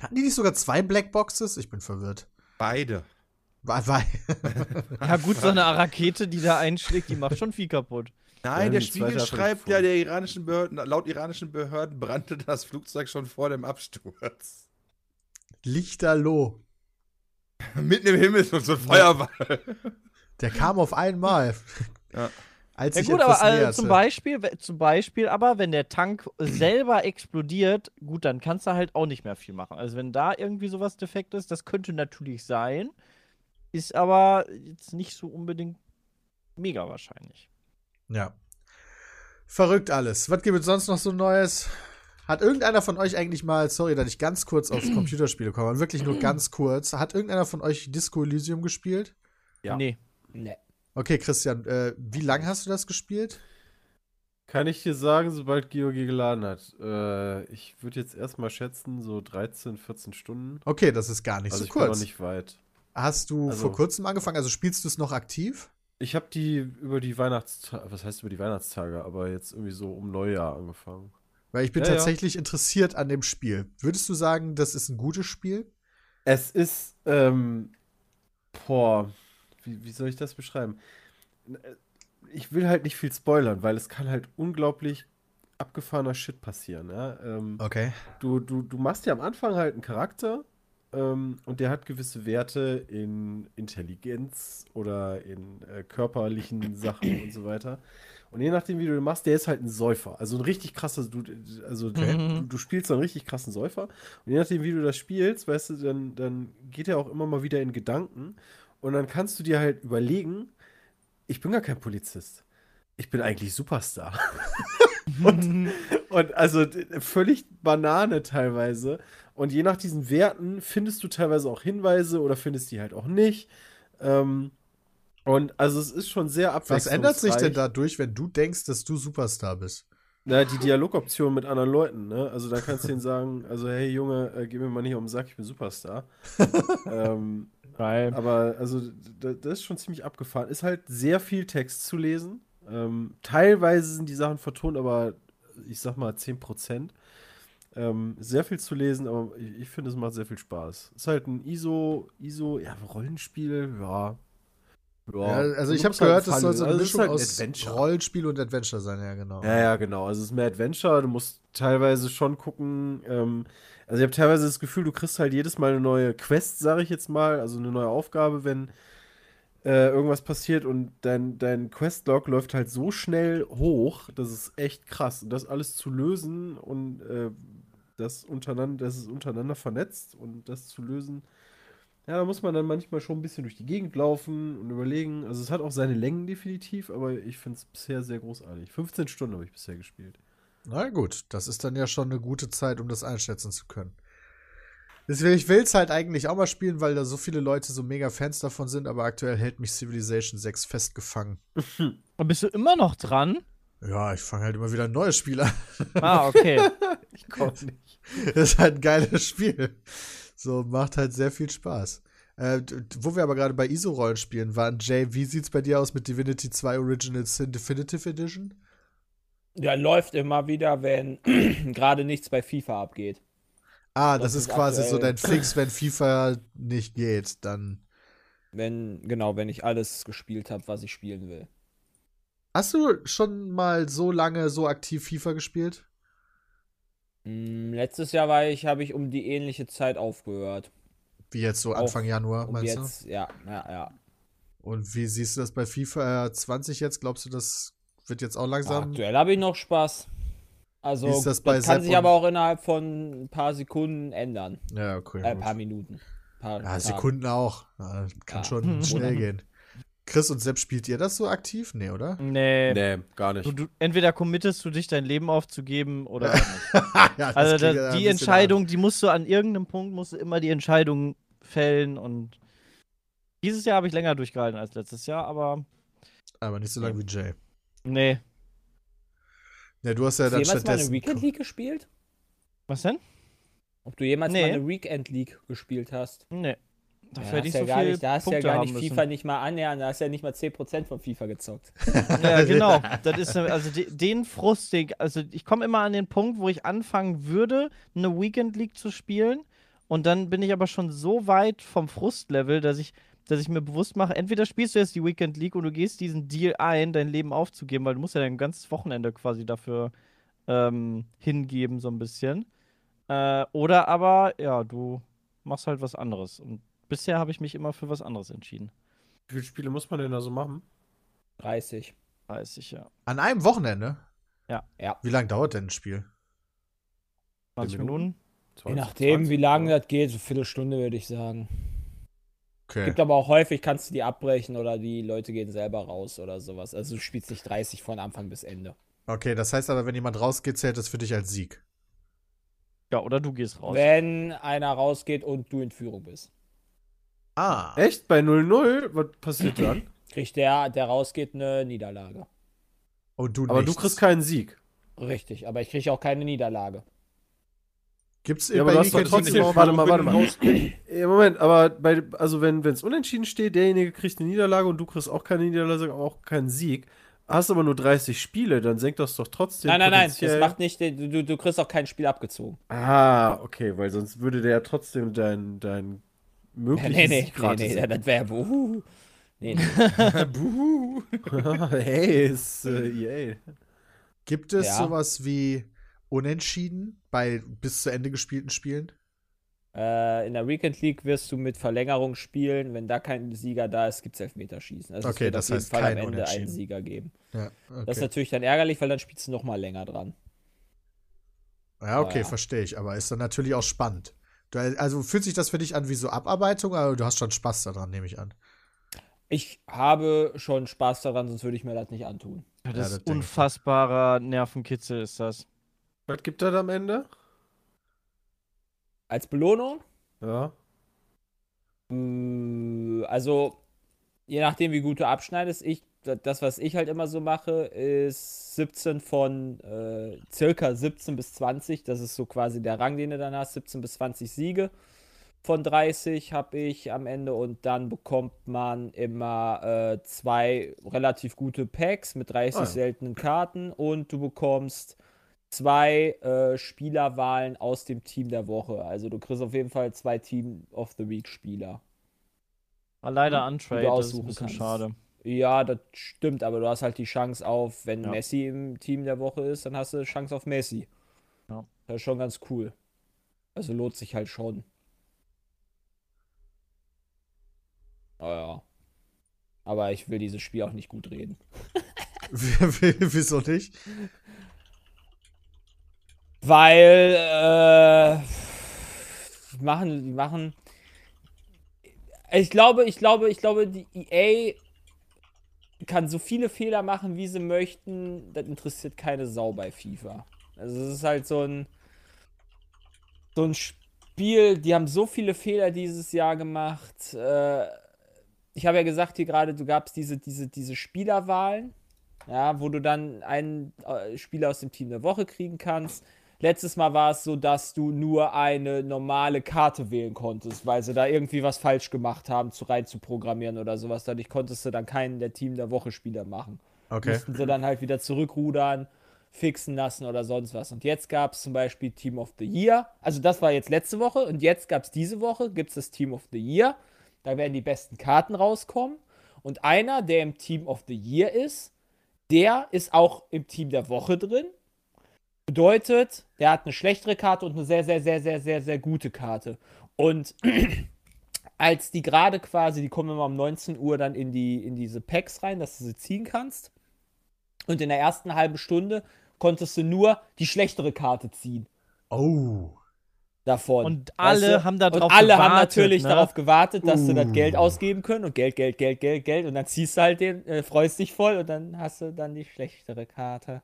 S1: Hatten die nicht sogar zwei Blackboxes? Ich bin verwirrt.
S3: Beide.
S1: War, war,
S4: Ja, gut, so eine Rakete, die da einschlägt, die macht schon viel kaputt.
S5: Ja,
S3: Nein, der
S5: die
S3: Spiegel
S5: zweite hat
S3: schreibt
S5: schon
S3: ja, der iranischen Behörden, laut iranischen Behörden brannte das Flugzeug schon vor dem Absturz.
S1: Lichterloh.
S3: Mitten im Himmel ist so ein Feuerball.
S1: Der kam auf einmal.
S3: Ja.
S1: Als
S4: Ja,
S1: ich
S4: gut,
S1: etwas
S4: aber also
S1: näherte.
S4: zum, Beispiel, we- zum Beispiel, aber wenn der Tank selber explodiert, gut, dann kannst du halt auch nicht mehr viel machen. Also, wenn da irgendwie sowas defekt ist, das könnte natürlich sein, ist aber jetzt nicht so unbedingt mega wahrscheinlich.
S1: Ja. Verrückt alles. Was gibt es sonst noch so Neues? Hat irgendeiner von euch eigentlich mal, sorry, dass ich ganz kurz aufs Computerspiele komme, aber wirklich nur ganz kurz, hat irgendeiner von euch Disco Elysium gespielt?
S5: Ja.
S4: Nee.
S2: Nee.
S1: Okay, Christian, äh, wie lang hast du das gespielt?
S5: Kann ich dir sagen, sobald Georgi geladen hat. Äh, ich würde jetzt erstmal schätzen, so 13, 14 Stunden.
S1: Okay, das ist gar nicht
S5: Also
S1: so
S5: ich bin noch
S1: kurz.
S5: nicht weit.
S1: Hast du
S5: Also-
S1: vor kurzem angefangen? Also spielst du es noch aktiv?
S5: Ich habe die über die Weihnachtstage, was heißt über die Weihnachtstage, aber jetzt irgendwie so um Neujahr angefangen.
S1: Weil ich bin
S5: Ja, ja.
S1: tatsächlich interessiert an dem Spiel. Würdest du sagen, das ist ein gutes Spiel?
S5: Es ist, ähm, boah, wie, wie soll ich das beschreiben? Äh, Ich will halt nicht viel spoilern, weil es kann halt unglaublich abgefahrener Shit passieren. Ja? Ähm,
S1: Okay.
S5: du, du, du machst ja am Anfang halt einen Charakter ähm, und der hat gewisse Werte in Intelligenz oder in äh, körperlichen Sachen und so weiter. Und je nachdem, wie du den machst, der ist halt ein Säufer. Also ein richtig krasser, du, also du, du spielst einen richtig krassen Säufer. Und je nachdem, wie du das spielst, weißt du, dann, dann geht er auch immer mal wieder in Gedanken. Und dann kannst du dir halt überlegen, ich bin gar kein Polizist. Ich bin eigentlich Superstar. und, und also d- völlig Banane teilweise. Und je nach diesen Werten findest du teilweise auch Hinweise oder findest die halt auch nicht. Ähm, und also es ist schon sehr
S1: Was
S5: abwechslungsreich.
S1: ändert sich denn dadurch, wenn du denkst, dass du Superstar bist?
S5: Na, die Dialogoption mit anderen Leuten, ne? Also da kannst du denen sagen, also hey Junge, äh, geh mir mal nicht um den Sack, ich bin Superstar. ähm,
S4: Geil.
S5: aber also d- d- das ist schon ziemlich abgefahren. Ist halt sehr viel Text zu lesen. Ähm, teilweise sind die Sachen vertont, aber ich sag mal 10%. Ähm, sehr viel zu lesen, aber ich, ich finde, es macht sehr viel Spaß. Ist halt ein ISO, ISO, ja, Rollenspiel, ja.
S1: Ja, also ich habe
S5: Du
S1: gehört,
S5: musst halt
S1: es soll so eine
S5: Funnel. Also es ist
S1: Mischung
S5: halt ein
S1: aus
S5: Adventure.
S1: Rollenspiel und Adventure sein, ja genau.
S5: Ja, ja, genau. Also es ist mehr Adventure. Du musst teilweise schon gucken. Ähm, also ich habe teilweise das Gefühl, du kriegst halt jedes Mal eine neue Quest, sage ich jetzt mal, also eine neue Aufgabe, wenn äh, irgendwas passiert und dein, dein Questlog läuft halt so schnell hoch, das ist echt krass. Und das alles zu lösen und äh, das untereinander, das ist untereinander vernetzt und das zu lösen, ja, da muss man dann manchmal schon ein bisschen durch die Gegend laufen und überlegen. Also es hat auch seine Längen definitiv, aber ich finde es bisher sehr großartig. 15 Stunden habe ich bisher gespielt.
S1: Na gut, das ist dann ja schon eine gute Zeit, um das einschätzen zu können. Deswegen, ich will es halt eigentlich auch mal spielen, weil da so viele Leute so mega Fans davon sind, aber aktuell hält mich Civilization 6 festgefangen.
S4: Und bist du immer noch dran?
S1: Ja, ich fange halt immer wieder ein neues Spiel an.
S4: Ah, okay.
S5: Ich komme nicht.
S1: Das ist halt ein geiles Spiel. So, macht halt sehr viel Spaß. Äh, d- d- wo wir aber gerade bei ISO-Rollen spielen waren, Jay, wie sieht's bei dir aus mit Divinity 2 Original Sin Definitive Edition?
S2: Ja, läuft immer wieder, wenn gerade nichts bei FIFA abgeht.
S1: Ah, das,
S2: Das
S1: ist
S2: ist
S1: quasi so
S2: aktuell.
S1: dein Fix, wenn FIFA nicht geht, dann.
S2: Wenn, genau, wenn ich alles gespielt habe, was ich spielen will.
S1: Hast du schon mal so lange so aktiv FIFA gespielt?
S2: Mm, letztes Jahr war ich, habe ich um die ähnliche Zeit aufgehört.
S1: Wie jetzt so
S2: Auch
S1: Anfang Januar,
S2: Und
S1: meinst
S2: jetzt, ja, ja, ja.
S1: du? Und wie siehst du das bei FIFA 20 jetzt? Glaubst du, das wird jetzt auch langsam?
S2: Aktuell habe ich noch Spaß. Also,
S1: Wie ist das bei
S2: kann
S1: Sepp
S2: sich
S1: und-
S2: aber auch innerhalb von ein paar Sekunden ändern.
S1: ja, cool.
S2: Äh,
S1: gut.
S2: paar Minuten. Paar,
S1: ja,
S2: paar-
S1: Sekunden auch. Ja, kann
S2: Ja.
S1: schon
S4: Hm.
S1: schnell gehen. Chris und Sepp, spielt ihr das so aktiv? Nee, oder?
S2: Hm,
S4: Nee.
S5: Nee, gar nicht.
S4: Du, du, entweder committest du dich, dein Leben aufzugeben oder.
S1: Ja, das
S4: Also
S1: klingt ja
S4: da,
S1: ein
S4: die
S1: bisschen
S4: Entscheidung, die musst du an irgendeinem Punkt, musst du immer die Entscheidung fällen und dieses Jahr habe ich länger durchgehalten als letztes Jahr, aber
S1: an, Aber nicht so lange wie Jay.
S4: nee.
S1: Ja, du hast ja
S2: Hast du
S1: dann
S2: jemals mal eine
S1: stattdessen.
S2: Weekend League gespielt?
S4: Was denn?
S2: Ob du jemals
S4: Nee.
S2: mal eine Weekend League gespielt hast?
S4: Nee. Dafür
S2: da hast
S4: hätte ich
S2: ja
S4: so
S2: gar
S4: viel
S2: nicht, da hast du ja
S4: Punkte
S2: gar
S4: haben
S2: nicht FIFA nicht mal annähernd, da hast du ja nicht mal 10% von FIFA gezockt.
S4: müssen. Ja, genau. Das ist ne- also de- den Frust, den, also ich komme immer an den Punkt, wo ich anfangen würde, eine Weekend League zu spielen und dann bin ich aber schon so weit vom Frustlevel, dass ich dass ich mir bewusst mache, entweder spielst du jetzt die Weekend League und du gehst diesen Deal ein, dein Leben aufzugeben, weil du musst ja dein ganzes Wochenende quasi dafür ähm, hingeben, so ein bisschen. Äh, oder aber, ja, du machst halt was anderes. Und bisher habe ich mich immer für was anderes entschieden.
S5: Wie viele Spiele muss man denn da so machen?
S2: 30.
S4: Weiß ich ja.
S1: An einem Wochenende?
S2: Ja.
S1: Wie lange dauert denn ein Spiel?
S4: 20
S5: Minuten?
S4: Minuten?
S2: Je nachdem, wie lange das geht, so Viertelstunde würde ich sagen.
S1: Okay.
S2: Gibt aber auch häufig, kannst du die abbrechen oder die Leute gehen selber raus oder sowas. Also du spielst nicht 30 von Anfang bis Ende.
S1: Okay, das heißt aber, wenn jemand rausgeht, zählt das für dich als Sieg.
S4: Ja, oder du gehst raus.
S2: Wenn einer rausgeht und du in Führung bist.
S1: Ah.
S5: Echt? Bei 0-0? Was passiert dann?
S2: Kriegt der, der rausgeht, eine Niederlage.
S1: Und du
S5: Aber du
S1: nichts.
S5: kriegst keinen Sieg.
S2: Richtig, aber ich kriege auch keine Niederlage.
S1: Gibt's
S5: Ja,
S1: bei
S5: aber du hast doch
S1: Ike
S5: trotzdem.
S1: Team auch-
S5: Warte mal, warte
S3: Wenn du
S5: mal. Ja, Moment, aber bei, also wenn es unentschieden steht, derjenige kriegt eine Niederlage und du kriegst auch keine Niederlage, aber auch keinen Sieg. Hast aber nur 30 Spiele, dann senkt das doch trotzdem.
S2: nein, nein, nein, das
S5: potenziell-
S2: macht nicht, den- du, du kriegst auch kein Spiel abgezogen.
S5: Ah, okay, weil sonst würde der ja trotzdem dein, dein
S2: Nee,
S5: möglichen
S2: nee, nee,
S5: Sieg
S2: nee,
S5: gratis.
S2: nee das wäre buhu. Nee, nee.
S3: Buhu.
S5: hey, ist äh, EA.
S1: Gibt es
S2: Ja.
S1: sowas wie Unentschieden bei bis zu Ende gespielten Spielen?
S2: Äh, in der Weekend League wirst du mit Verlängerung spielen. Wenn da kein Sieger da ist, gibt es Elfmeterschießen. Also
S1: Okay,
S2: es wird
S1: das
S2: auf jeden
S1: heißt
S2: Fall am
S1: kein
S2: Ende einen
S1: Unentschieden.
S2: Sieger geben.
S1: Ja, okay.
S2: Das ist natürlich dann ärgerlich, weil dann spielst du noch mal länger dran.
S1: ja, okay,
S2: ja.
S1: verstehe ich. Aber ist dann natürlich auch spannend. Du, also fühlt sich das für dich an wie so Abarbeitung, aber du hast schon Spaß daran, nehme ich an.
S2: Ich habe schon Spaß daran, sonst würde ich mir das nicht antun.
S1: Ja,
S4: Ja, das
S1: das denk
S4: ist
S1: ich.
S4: unfassbarer Nervenkitzel ist das.
S5: Was gibt das am Ende?
S2: Als Belohnung?
S5: Ja.
S2: Äh, Also, je nachdem, wie gut du abschneidest, ich, da- das, was ich halt immer so mache, ist 17 von äh, circa 17 bis 20. Das ist so quasi der Rang, den du dann hast. 17 bis 20 Siege von 30 habe ich am Ende und dann bekommt man immer äh, zwei relativ gute Packs mit 30
S5: Ah ja.
S2: seltenen Karten und du bekommst zwei äh, Spielerwahlen aus dem Team der Woche. Also du kriegst auf jeden Fall zwei Team of the Week Spieler.
S4: War leider untrade, das ist ein
S2: aussuchen
S4: bisschen
S2: kannst.
S4: schade.
S2: Ja, das stimmt, aber du hast halt die Chance auf, wenn
S4: Ja.
S2: Messi im Team der Woche ist, dann hast du Chance auf Messi.
S4: Ja.
S2: Das ist schon ganz cool. Also lohnt sich halt schon. Naja. Aber ich will dieses Spiel auch nicht gut reden.
S1: Wieso nicht?
S2: Weil äh, die machen, die machen. Ich glaube, ich glaube, ich glaube, die EA kann so viele Fehler machen, wie sie möchten. Das interessiert keine Sau bei FIFA. Also es ist halt so ein so ein Spiel. Die haben so viele Fehler dieses Jahr gemacht. Äh, ich habe ja gesagt hier gerade, du gabst diese diese diese Spielerwahlen. Ja, wo du dann einen äh, Spieler aus dem Team der Woche kriegen kannst. Letztes Mal war es so, dass du nur eine normale Karte wählen konntest, weil sie da irgendwie was falsch gemacht haben, zu rein zu programmieren oder sowas. Dadurch konntest du dann keinen der Team der Woche Spieler machen.
S1: Okay.
S2: Mussten sie dann halt wieder zurückrudern, fixen lassen oder sonst was. Und jetzt gab es zum Beispiel Team of the Year. Also das war jetzt letzte Woche und jetzt gab es diese Woche, gibt es das Team of the Year. Da werden die besten Karten rauskommen. Und einer, der im Team of the Year ist, der ist auch im Team der Woche drin. Bedeutet, der hat eine schlechtere Karte und eine sehr, sehr, sehr, sehr, sehr, sehr gute Karte. Und als die gerade quasi, die kommen immer um 19 Uhr dann in, die, in diese Packs rein, dass du sie ziehen kannst. Und in der ersten halben Stunde konntest du nur die schlechtere Karte ziehen
S1: Oh.
S2: davon.
S4: Und
S2: Weißt
S4: alle
S2: du?
S4: haben da
S2: Und
S4: drauf
S2: alle haben
S4: gewartet,
S2: natürlich
S4: ne?
S2: darauf gewartet, dass du das
S1: Uh.
S2: Geld ausgeben können und Geld, Geld, Geld, Geld, Geld. Und dann ziehst du halt den, äh, freust dich voll und dann hast du dann die schlechtere Karte.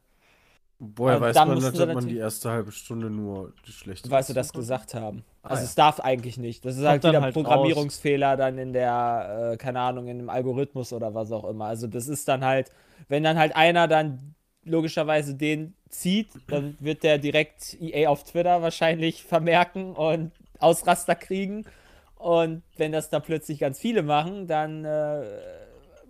S5: Woher
S2: Und
S5: weiß
S2: dann
S5: man,
S2: mussten sie
S5: dass dass man
S2: natürlich-
S5: die erste halbe Stunde nur die schlechte
S2: Weil sie das gesagt haben. also
S5: ja.
S2: es darf eigentlich nicht. Das ist halt
S4: Ah, dann
S2: wieder
S4: halt raus.
S2: Programmierungsfehler dann in der, äh, keine Ahnung, in dem Algorithmus oder was auch immer. Also das ist dann halt, wenn dann halt einer dann logischerweise den zieht, dann wird der direkt EA auf Twitter wahrscheinlich vermerken und Ausraster kriegen. Und wenn das dann plötzlich ganz viele machen, dann äh,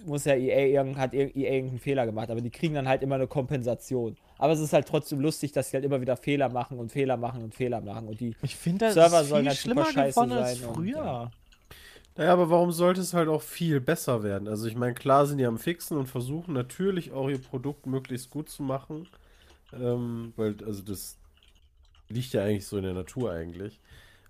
S2: muss ja EA, irgend- hat ir- EA irgendeinen Fehler gemacht, aber die kriegen dann halt immer eine Kompensation. Aber es ist halt trotzdem lustig, dass sie halt immer wieder Fehler machen und Fehler machen und Fehler machen. Und die,
S4: Ich finde, das
S2: Server
S4: ist
S2: sollen
S4: viel
S2: halt super
S4: schlimmer
S2: scheiße
S4: geworden als
S2: sein und,
S4: früher.
S2: ja.
S5: Naja, aber warum sollte es halt auch viel besser werden? Also ich meine, klar sind die am Fixen und versuchen natürlich auch ihr Produkt möglichst gut zu machen. Ähm, weil, also das liegt ja eigentlich so in der Natur eigentlich.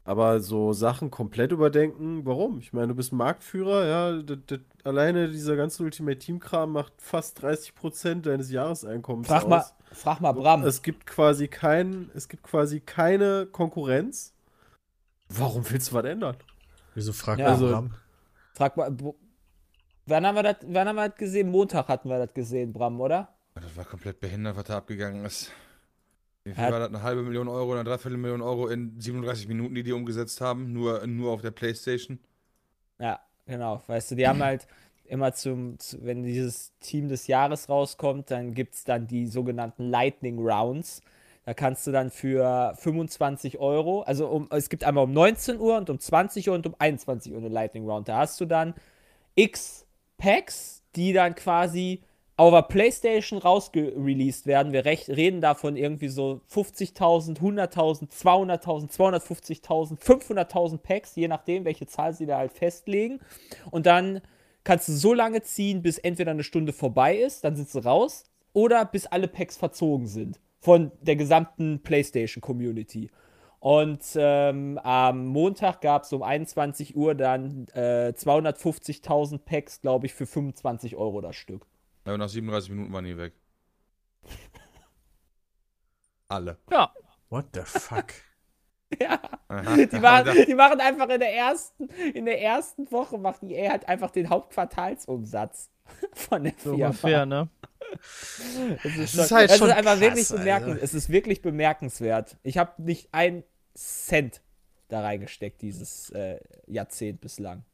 S5: Aber so Sachen komplett überdenken, warum? Ich meine, du bist Marktführer, ja, das, das, alleine dieser ganze Ultimate Team-Kram macht fast 30% deines Jahreseinkommens
S2: frag,
S5: aus.
S2: mal, frag mal Bram.
S5: Es gibt quasi kein, es gibt quasi keine Konkurrenz. Warum willst du was ändern?
S1: Wieso fragt
S2: Ja.
S1: man
S5: Also-
S1: Bram?
S2: Frag mal, wo- wann haben wir das, wann haben wir das gesehen? Montag hatten wir das gesehen, Bram, oder?
S3: Das war komplett behindert, was da abgegangen ist. Wie viel
S2: Hat-
S3: war das? Eine halbe Million Euro, eine Dreiviertelmillion Euro in 37 Minuten, die die umgesetzt haben, nur, nur auf der Playstation.
S2: Ja, genau. Weißt du, die haben halt immer zum, zu, wenn dieses Team des Jahres rauskommt, dann gibt es dann die sogenannten Lightning Rounds. Da kannst du dann für 25 Euro, also um, es gibt einmal um 19 Uhr und um 20 Uhr und um 21 Uhr eine Lightning Round. Da hast du dann X Packs, die dann quasi auf der PlayStation rausgereleased werden. Wir recht, reden davon irgendwie so 50.000, 100.000, 200.000, 250.000, 500.000 Packs, je nachdem, welche Zahl sie da halt festlegen. Und dann kannst du so lange ziehen, bis entweder eine Stunde vorbei ist, dann sind sie raus, oder bis alle Packs verzogen sind von der gesamten PlayStation-Community. Und ähm, am Montag gab es um 21 Uhr dann äh, 250.000 Packs, glaube ich, für 25 Euro das Stück.
S3: Aber nach 37 Minuten waren die weg. Alle.
S1: What the fuck?
S2: Ja,
S3: Aha.
S2: die, machen, die machen einfach in der ersten, in der ersten Woche macht EA halt einfach den Hauptquartalsumsatz von der
S4: So
S2: Firma.
S4: ungefähr, ne?
S2: Es
S1: ist halt schon
S2: einfach
S1: krass,
S2: wirklich
S1: Alter.
S2: bemerkenswert. Es ist wirklich bemerkenswert. Ich habe nicht einen Cent da reingesteckt dieses äh, Jahrzehnt bislang.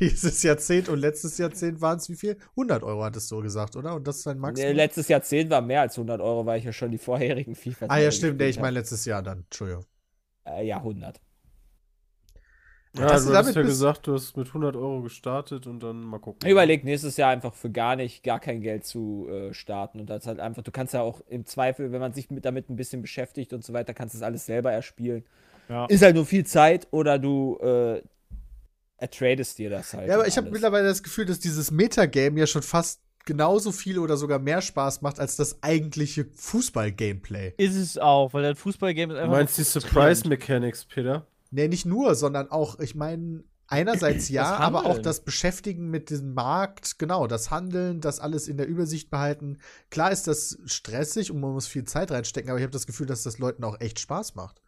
S1: Dieses Jahrzehnt und letztes Jahrzehnt waren es wie viel? 100 Euro hattest du gesagt, oder? Und das ist dein
S2: Nee,
S1: Maximum?
S2: Äh, letztes Jahrzehnt war mehr als 100 Euro, weil ich ja schon die vorherigen FIFA.
S1: ah ja, stimmt. Nee, ich
S2: gespielt
S1: meine letztes Jahr dann. Entschuldigung.
S2: hab. Äh, ja, 100.
S5: Ja, also
S1: Dass du
S5: du hast
S1: damit
S5: ja
S1: bist-
S5: gesagt, du hast mit 100 Euro gestartet und dann mal gucken.
S2: Überleg nächstes Jahr einfach für gar nicht, gar kein Geld zu äh, starten und das halt einfach. Du kannst ja auch im Zweifel, wenn man sich mit, damit ein bisschen beschäftigt und so weiter, kannst du das alles selber erspielen.
S4: Ja.
S2: Ist halt nur viel Zeit oder du äh, ertradest dir das halt.
S1: Ja, aber
S4: genau,
S2: und
S1: ich habe
S2: alles.
S1: mittlerweile das Gefühl, dass dieses Metagame ja schon fast genauso viel oder sogar mehr Spaß macht als das eigentliche Fußball-Gameplay.
S4: Ist es auch, weil das Fußballgame ist
S5: Du
S4: einfach.
S5: meinst die
S4: nur
S5: Surprise
S4: frustrierend.
S5: Mechanics, Peter?
S1: Nee, nicht nur, sondern auch, ich meine, einerseits ja, aber auch
S4: Handeln.
S1: das Beschäftigen mit dem Markt, genau, das Handeln, das alles in der Übersicht behalten. Klar ist das stressig und man muss viel Zeit reinstecken, aber ich habe das Gefühl, dass das Leuten auch echt Spaß macht.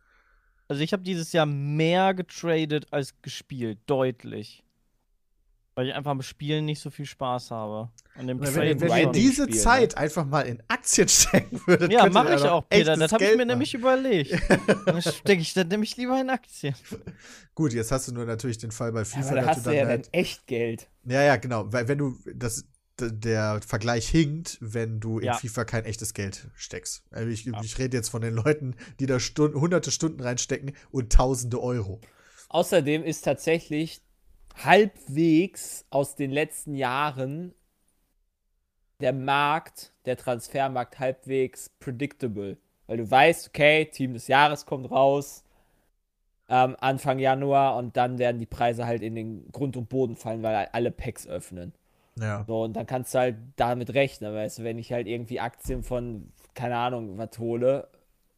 S4: Also ich habe dieses Jahr mehr getradet als gespielt, deutlich. Weil ich einfach am Spielen nicht so viel Spaß habe. An dem
S2: Na, wenn-
S4: Traden
S1: Wenn
S2: Grinding
S1: ihr
S4: schon.
S1: diese
S2: spielen, ne?
S1: Zeit einfach mal in Aktien stecken würdet,
S4: Ja,
S1: könntet
S4: mache
S1: ihr
S4: ich
S1: doch
S4: auch, Peter.
S1: echtes
S4: Das habe ich
S1: Geld
S4: mir nämlich überlegt. Dann stecke ich dann nämlich lieber in Aktien.
S1: Gut, jetzt hast du nur natürlich den Fall bei
S2: Ja,
S1: FIFA,
S2: aber da
S1: dass
S2: hast
S1: du
S2: du
S1: dann
S2: ja
S1: halt
S2: dann echt Geld.
S1: Ja, ja, genau. Weil wenn du das d- der Vergleich hinkt, wenn du in
S4: Ja.
S1: FIFA kein echtes Geld steckst. Also Ich, ich rede jetzt von den Leuten, die da Stund, hunderte Stunden reinstecken und tausende Euro.
S2: Außerdem ist tatsächlich halbwegs aus den letzten Jahren der Markt, der Transfermarkt halbwegs predictable. Weil du weißt, okay, Team des Jahres kommt raus ähm, Anfang Januar und dann werden die Preise halt in den Grund und Boden fallen, weil alle Packs öffnen.
S1: Ja.
S2: So, und dann kannst du halt damit rechnen, weißt du, wenn ich halt irgendwie Aktien von, keine Ahnung, was hole,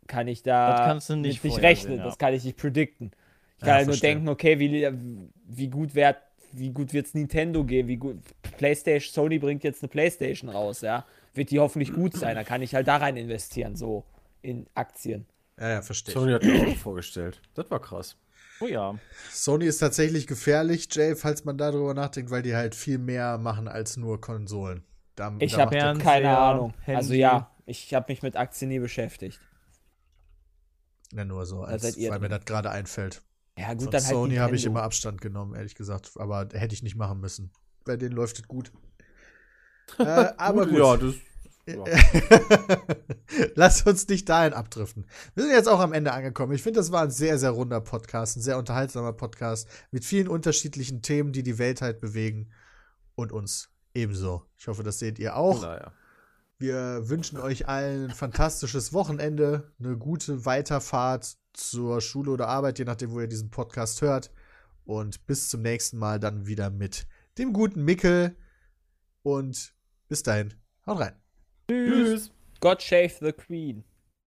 S2: kann ich da
S4: Das kannst du nicht
S2: mit nicht
S4: vorhersehen,
S2: rechnen,
S4: ja.
S2: das kann ich nicht predikten. Ich kann
S1: Ja,
S2: halt nur
S1: verstehe.
S2: denken, okay, wie, wie gut wird wie gut wird's Nintendo gehen, wie gut PlayStation, Sony bringt jetzt eine PlayStation raus, ja, wird die hoffentlich gut sein, da kann ich halt da rein investieren, so in Aktien.
S1: Ja, ja, verstehe. Sony.
S5: Sony hat mir auch vorgestellt. Das war krass.
S4: Oh ja.
S1: Sony ist tatsächlich gefährlich, Jay, falls man darüber nachdenkt, weil die halt viel mehr machen als nur Konsolen. Da,
S2: Ich
S1: da
S2: habe
S1: macht der-
S4: Fernseher,
S2: keine Ahnung. Also
S4: Handy.
S2: ja, ich habe mich mit Aktien nie beschäftigt.
S1: ja, nur so, als,
S2: seid ihr
S1: weil mir
S2: drin.
S1: das gerade einfällt.
S2: Ja, gut,
S1: Von
S2: dann halt
S1: Sony habe ich
S2: Nintendo.
S1: immer Abstand genommen, ehrlich gesagt. Aber hätte ich nicht machen müssen. Bei denen läuft es gut. äh, aber gut.
S5: Ja, das. Ja.
S1: Lass uns nicht dahin abdriften. Wir sind jetzt auch am Ende angekommen. Ich finde, das war ein sehr, sehr runder Podcast, ein sehr unterhaltsamer Podcast mit vielen unterschiedlichen Themen, die die Welt halt bewegen und uns ebenso. Ich hoffe, das seht ihr auch.
S5: Naja.
S1: Wir wünschen euch allen ein fantastisches Wochenende, eine gute Weiterfahrt zur Schule oder Arbeit, je nachdem, wo ihr diesen Podcast hört. Und bis zum nächsten Mal dann wieder mit dem guten Mickel. Und bis dahin, haut rein.
S5: Tschüss.
S2: God save the Queen.